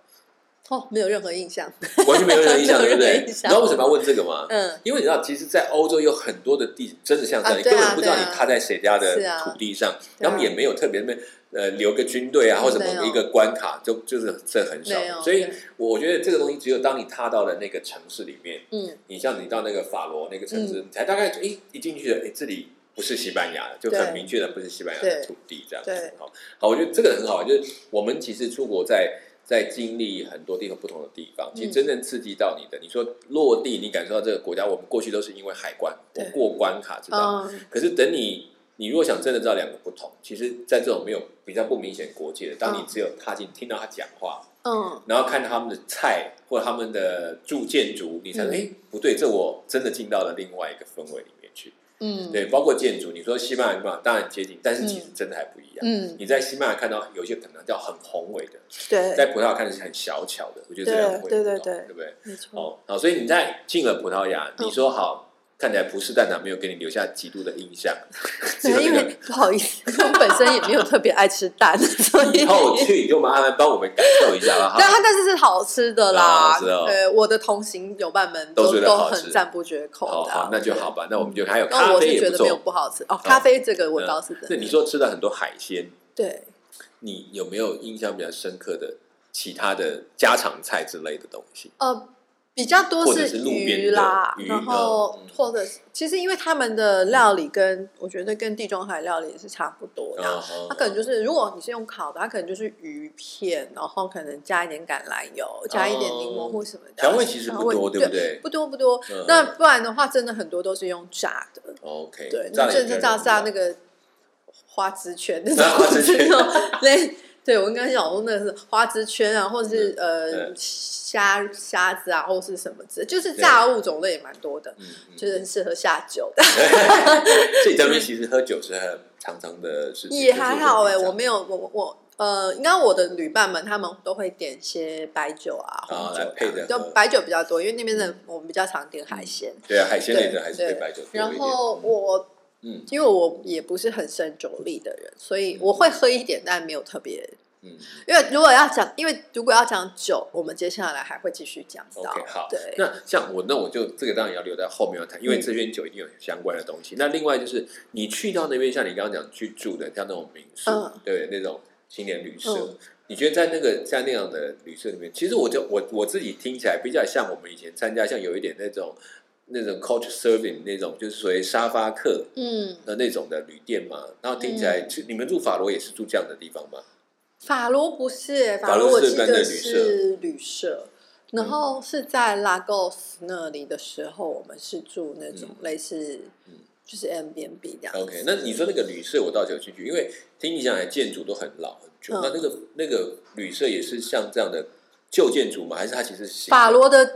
[SPEAKER 2] 哦，没有任何印象。
[SPEAKER 1] 完全没有任何印象，
[SPEAKER 2] 没有
[SPEAKER 1] 对
[SPEAKER 2] 任
[SPEAKER 1] 不对？
[SPEAKER 2] 何印
[SPEAKER 1] 你
[SPEAKER 2] 象
[SPEAKER 1] 知道为什么要问这个吗？
[SPEAKER 2] 嗯，
[SPEAKER 1] 因为你知道，其实，在欧洲有很多的地真的像这样，
[SPEAKER 2] 啊
[SPEAKER 1] 你
[SPEAKER 2] 对啊
[SPEAKER 1] 根本不知道你
[SPEAKER 2] 对啊
[SPEAKER 1] 踏在谁家的
[SPEAKER 2] 是啊
[SPEAKER 1] 土地上，
[SPEAKER 2] 对啊
[SPEAKER 1] 他们也没有特别那边呃留个军队啊，
[SPEAKER 2] 嗯
[SPEAKER 1] 或者
[SPEAKER 2] 没有
[SPEAKER 1] 某一个关卡，就就是这很
[SPEAKER 2] 没有。
[SPEAKER 1] 少。所以
[SPEAKER 2] 对
[SPEAKER 1] 我觉得这个东西，只有当你踏到了那个城市里面，
[SPEAKER 2] 嗯，
[SPEAKER 1] 你像你到那个法罗那个城市，你才大概诶一进去了，诶这里不是西班牙的，就
[SPEAKER 2] 对
[SPEAKER 1] 很明确的不是西班牙的
[SPEAKER 2] 对
[SPEAKER 1] 土地这样子
[SPEAKER 2] 对。
[SPEAKER 1] 好，好，我觉得这个很好，就是我们其实出国在在经历很多地方不同的地方，其实
[SPEAKER 2] 嗯
[SPEAKER 1] 真正刺激到你的，你说落地，你感受到这个国家，我们过去都是因为海关，我
[SPEAKER 2] 对
[SPEAKER 1] 过关卡知道，
[SPEAKER 2] 嗯，
[SPEAKER 1] 可是等你。你如果想真的知道两个不同，其实，在这种没有比较不明显国界的，当你
[SPEAKER 2] 嗯
[SPEAKER 1] 只有踏进听到他讲话，
[SPEAKER 2] 嗯，
[SPEAKER 1] 然后看他们的菜或者他们的住建筑，你才
[SPEAKER 2] 嗯
[SPEAKER 1] 哎、诶不对，这我真的进到了另外一个氛围里面去。
[SPEAKER 2] 嗯，
[SPEAKER 1] 对，包括建筑，你说西班牙嘛，当然接近，但是其实真的还不一样。
[SPEAKER 2] 嗯，
[SPEAKER 1] 你在西班牙看到有一些可能叫很宏伟的，
[SPEAKER 2] 对，
[SPEAKER 1] 在葡萄牙看的是很小巧的，我觉得这两个会
[SPEAKER 2] 对
[SPEAKER 1] 不
[SPEAKER 2] 对
[SPEAKER 1] 同
[SPEAKER 2] 对
[SPEAKER 1] 对不对？
[SPEAKER 2] 没错，
[SPEAKER 1] 哦，好，所以你在进了葡萄牙，
[SPEAKER 2] 嗯
[SPEAKER 1] 你说好，看起来葡式蛋挞没有给你留下极度的印 象，只有
[SPEAKER 2] 对
[SPEAKER 1] 那
[SPEAKER 2] 因
[SPEAKER 1] 个
[SPEAKER 2] 为不好意思，因为我本身也没有特别爱吃蛋，所以
[SPEAKER 1] 以后去你就麻烦帮我们感受一下了
[SPEAKER 2] 但
[SPEAKER 1] 哈。
[SPEAKER 2] 它但是是好吃的啦，
[SPEAKER 1] 啊好吃哦
[SPEAKER 2] 对，我的同行友伴们
[SPEAKER 1] 都
[SPEAKER 2] 都
[SPEAKER 1] 觉得好吃
[SPEAKER 2] 很赞不绝口
[SPEAKER 1] 好
[SPEAKER 2] 的、
[SPEAKER 1] 好，那就好吧，那我们就还有
[SPEAKER 2] 对。嗯那
[SPEAKER 1] 咖
[SPEAKER 2] 我
[SPEAKER 1] 啡
[SPEAKER 2] 是
[SPEAKER 1] 也
[SPEAKER 2] 觉
[SPEAKER 1] 不
[SPEAKER 2] 得没有
[SPEAKER 1] 错。
[SPEAKER 2] 不好吃哦，咖啡这个我
[SPEAKER 1] 嗯
[SPEAKER 2] 倒是真
[SPEAKER 1] 那
[SPEAKER 2] 的。
[SPEAKER 1] 你说吃了很多海鲜，
[SPEAKER 2] 对，
[SPEAKER 1] 你有没有印象比较深刻的其他的家常菜之类的东西？
[SPEAKER 2] 呃，比较多
[SPEAKER 1] 或者是路边
[SPEAKER 2] 鱼
[SPEAKER 1] 的
[SPEAKER 2] 啦，
[SPEAKER 1] 鱼
[SPEAKER 2] 然后
[SPEAKER 1] 嗯
[SPEAKER 2] 或者是其实因为他们的料理跟我觉得跟地中海料理也是差不多的啊，
[SPEAKER 1] 后
[SPEAKER 2] 它可能就是，如果你是用烤的，它可能就是鱼片，然后可能加一点橄榄油，加一点柠檬或什么的。
[SPEAKER 1] 哦调味其实不多，
[SPEAKER 2] 对
[SPEAKER 1] 对不？对
[SPEAKER 2] 不多不多
[SPEAKER 1] 嗯。
[SPEAKER 2] 那不然的话，真的很多都是用炸的。
[SPEAKER 1] ？OK，
[SPEAKER 2] 对，
[SPEAKER 1] 炸
[SPEAKER 2] 那
[SPEAKER 1] 的
[SPEAKER 2] 甚至炸炸那
[SPEAKER 1] 个
[SPEAKER 2] 个花枝圈 那
[SPEAKER 1] 啊花枝圈
[SPEAKER 2] 种，对。对，我刚刚讲说那个是花枝圈啊，或者是呃
[SPEAKER 1] 嗯
[SPEAKER 2] 虾虾子啊，或是什么之类，就是炸物种类也蛮多的，
[SPEAKER 1] 嗯，嗯
[SPEAKER 2] 就是很适合下酒。
[SPEAKER 1] 所以咱们其实喝酒是很常常的事情，
[SPEAKER 2] 也还好哎、
[SPEAKER 1] 哎，
[SPEAKER 2] 我没有我我我呃，应该我的旅伴们他们都会点一些白酒啊、红
[SPEAKER 1] 啊
[SPEAKER 2] 酒、
[SPEAKER 1] 来配着嗯
[SPEAKER 2] 就
[SPEAKER 1] 喝
[SPEAKER 2] 白酒比较多，因为那边的我们比较常点海鲜。
[SPEAKER 1] 对啊，海鲜类的还是
[SPEAKER 2] 对
[SPEAKER 1] 对
[SPEAKER 2] 对
[SPEAKER 1] 白酒多一点
[SPEAKER 2] 然后我
[SPEAKER 1] 嗯
[SPEAKER 2] 因为我也不是很深酒力的人，所以我会喝一点，但没有特别。
[SPEAKER 1] 嗯
[SPEAKER 2] 因为如果要讲，因为如果要讲酒，我们接下来还会继续讲到。
[SPEAKER 1] OK 好
[SPEAKER 2] 对，
[SPEAKER 1] 那像我，那我就这个当然要留在后面要谈，因为
[SPEAKER 2] 嗯
[SPEAKER 1] 这边酒一定有相关的东西。那另外就是你去到那边，像你刚刚讲去住的，像那种民宿，
[SPEAKER 2] 嗯
[SPEAKER 1] 对那种青年旅社，
[SPEAKER 2] 嗯
[SPEAKER 1] 你觉得在那个在那样的旅社里面，其实我就我我自己听起来比较像我们以前参加，像有一点那种那种 couch serving 那种，就是所谓沙发客
[SPEAKER 2] 嗯，
[SPEAKER 1] 的那种的旅店嘛。然后听起来，就你们住法罗也是住这样的地方吗？
[SPEAKER 2] 法罗不是欸，
[SPEAKER 1] 法
[SPEAKER 2] 法
[SPEAKER 1] 罗
[SPEAKER 2] 罗我
[SPEAKER 1] 是
[SPEAKER 2] 记
[SPEAKER 1] 一般的
[SPEAKER 2] 得
[SPEAKER 1] 旅
[SPEAKER 2] 是旅社，然
[SPEAKER 1] 嗯
[SPEAKER 2] 后是在拉各斯那里的时候，我们是住那种
[SPEAKER 1] 嗯
[SPEAKER 2] 类似
[SPEAKER 1] 嗯
[SPEAKER 2] 就是 M B N B 这样子。
[SPEAKER 1] OK，那你说那个旅社，我倒是有兴趣，因为听你讲来建筑都很老很旧，
[SPEAKER 2] 嗯
[SPEAKER 1] 那那个那个旅社也是像这样的旧建筑吗？还是它其实是新的
[SPEAKER 2] 法罗的
[SPEAKER 1] 嗯哦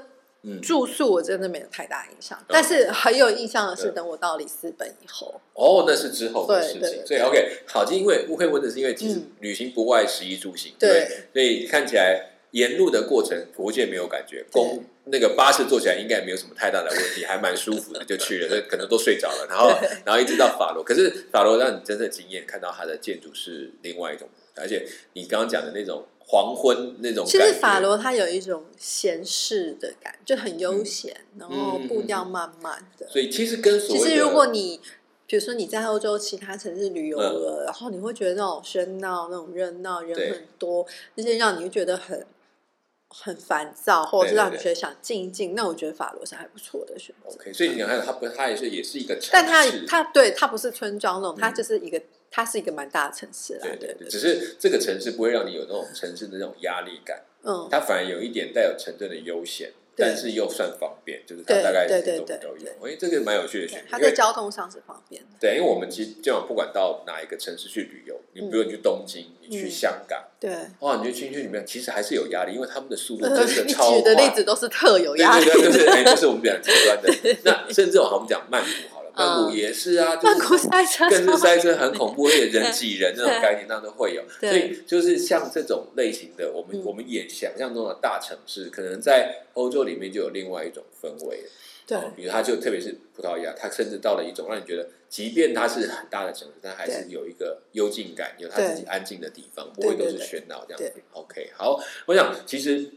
[SPEAKER 1] 嗯
[SPEAKER 2] 住宿我真的没有太大印象，但是很有印象的是，
[SPEAKER 1] 对
[SPEAKER 2] 等我到里斯本以后，
[SPEAKER 1] 哦，那是之后的
[SPEAKER 2] 对
[SPEAKER 1] 事
[SPEAKER 2] 对
[SPEAKER 1] 情。
[SPEAKER 2] 对
[SPEAKER 1] 所以 OK，好，就因为误会问的是因为其实
[SPEAKER 2] 嗯
[SPEAKER 1] 旅行不外食衣住行，
[SPEAKER 2] 对
[SPEAKER 1] 不所以看起来沿路的过程国界没有感觉，公那个巴士坐起来应该也没有什么太大的问题，还蛮舒服的就去了，所以可能都睡着了，然后
[SPEAKER 2] 对
[SPEAKER 1] 然后一直到法罗，可是法罗让你真正惊艳，看到它的建筑是另外一种，而且你刚刚讲的那种黄昏那种感
[SPEAKER 2] 其
[SPEAKER 1] 觉，
[SPEAKER 2] 实法罗它有一种闲适的感觉，就很
[SPEAKER 1] 嗯
[SPEAKER 2] 悠闲，然后步调慢慢的。
[SPEAKER 1] 所以其实跟所
[SPEAKER 2] 其
[SPEAKER 1] 谓的嗯
[SPEAKER 2] 实如果你比如说你在欧洲其他城市旅游了，然后你会觉得那种喧闹、那种热闹、
[SPEAKER 1] 对
[SPEAKER 2] 人很多，那些让你会觉得很很烦躁，或者
[SPEAKER 1] 对
[SPEAKER 2] 是
[SPEAKER 1] 对
[SPEAKER 2] 让你
[SPEAKER 1] 对
[SPEAKER 2] 觉得想静一静。那我觉得法罗是还不错的选择。
[SPEAKER 1] OK，所以你看它不，它也是也是一个城市，
[SPEAKER 2] 但它它对它不是村庄那种，它
[SPEAKER 1] 嗯
[SPEAKER 2] 就是一个它是一个蛮大的城市啦，
[SPEAKER 1] 对
[SPEAKER 2] 对
[SPEAKER 1] 对对，只是这个城市不会让你有那种城市的那种压力感。
[SPEAKER 2] 嗯，
[SPEAKER 1] 它反而有一点带有城镇的悠闲，
[SPEAKER 2] 对
[SPEAKER 1] 但是又算方便，就是它
[SPEAKER 2] 对
[SPEAKER 1] 大概
[SPEAKER 2] 对
[SPEAKER 1] 什么
[SPEAKER 2] 对
[SPEAKER 1] 都
[SPEAKER 2] 对
[SPEAKER 1] 有。哎，这个蛮有趣的
[SPEAKER 2] 对
[SPEAKER 1] 选，择，
[SPEAKER 2] 它
[SPEAKER 1] 因
[SPEAKER 2] 在
[SPEAKER 1] 为
[SPEAKER 2] 交通上是方便的，
[SPEAKER 1] 对，因为我们其实基本上不管到哪一个城市去旅游，你
[SPEAKER 2] 嗯
[SPEAKER 1] 比如你去东京，你去
[SPEAKER 2] 嗯
[SPEAKER 1] 香港，
[SPEAKER 2] 对。
[SPEAKER 1] 哇，你去进去里面其实还是有压力，因为他们的速度真
[SPEAKER 2] 呃，
[SPEAKER 1] 的
[SPEAKER 2] 你
[SPEAKER 1] 超
[SPEAKER 2] 举的例
[SPEAKER 1] 快
[SPEAKER 2] 子。都是特有
[SPEAKER 1] 对
[SPEAKER 2] 压力
[SPEAKER 1] 对，对， 就是哎，就是我们讲极端的。那甚至我们讲曼谷好了，曼谷
[SPEAKER 2] 嗯
[SPEAKER 1] 也是啊， 就是
[SPEAKER 2] 曼谷塞车
[SPEAKER 1] 更
[SPEAKER 2] 超嗯
[SPEAKER 1] 是塞车很恐怖，而且人挤人那种概念，那都会有。
[SPEAKER 2] 对
[SPEAKER 1] 所以就是像这种类型的，我们、
[SPEAKER 2] 嗯
[SPEAKER 1] 我们也想象中的大城市，可能在欧洲里面就有另外一种氛围。
[SPEAKER 2] 对
[SPEAKER 1] 哦，比如它就特别是葡萄牙，它甚至到了一种让你觉得，即便它是很大的城市，但还是有一个幽静感，有它自己安静的地方，不会都是喧闹这样
[SPEAKER 2] 对
[SPEAKER 1] 子。OK，好，我想其实。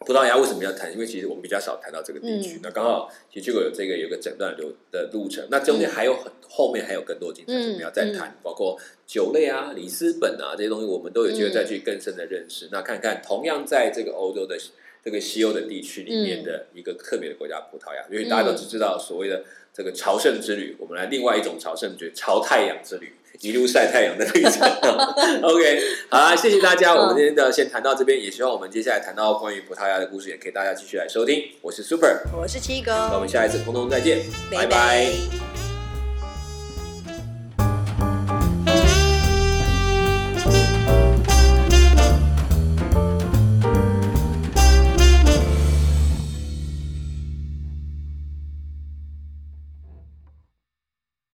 [SPEAKER 1] 葡萄牙为什么要谈？因为其实我们比较少谈到这个地区
[SPEAKER 2] 嗯。
[SPEAKER 1] 那刚好其实这个有这个有个整段流的路程，那中间还有很后面还有更多精彩，我
[SPEAKER 2] 嗯
[SPEAKER 1] 们要再谈，包括酒类啊、里斯本啊这些东西，我们都有机会再去更深的认识。那看看同样在这个欧洲的这个西欧的地区里
[SPEAKER 2] 嗯
[SPEAKER 1] 面的一个特别的国家——葡萄牙，因为大家都只知道所谓的这个朝圣之旅，我们来另外一种朝圣之旅——朝太阳之旅。 一路晒太阳的那 种，OK，好啦，谢谢大家，我们今天的先谈到这边，也希望我们接下来谈到关于葡萄牙的故事，也可以大家继续来收听。我是 Super，
[SPEAKER 2] 我是七哥，
[SPEAKER 1] 那我们下一次空中再见，拜拜
[SPEAKER 2] 拜拜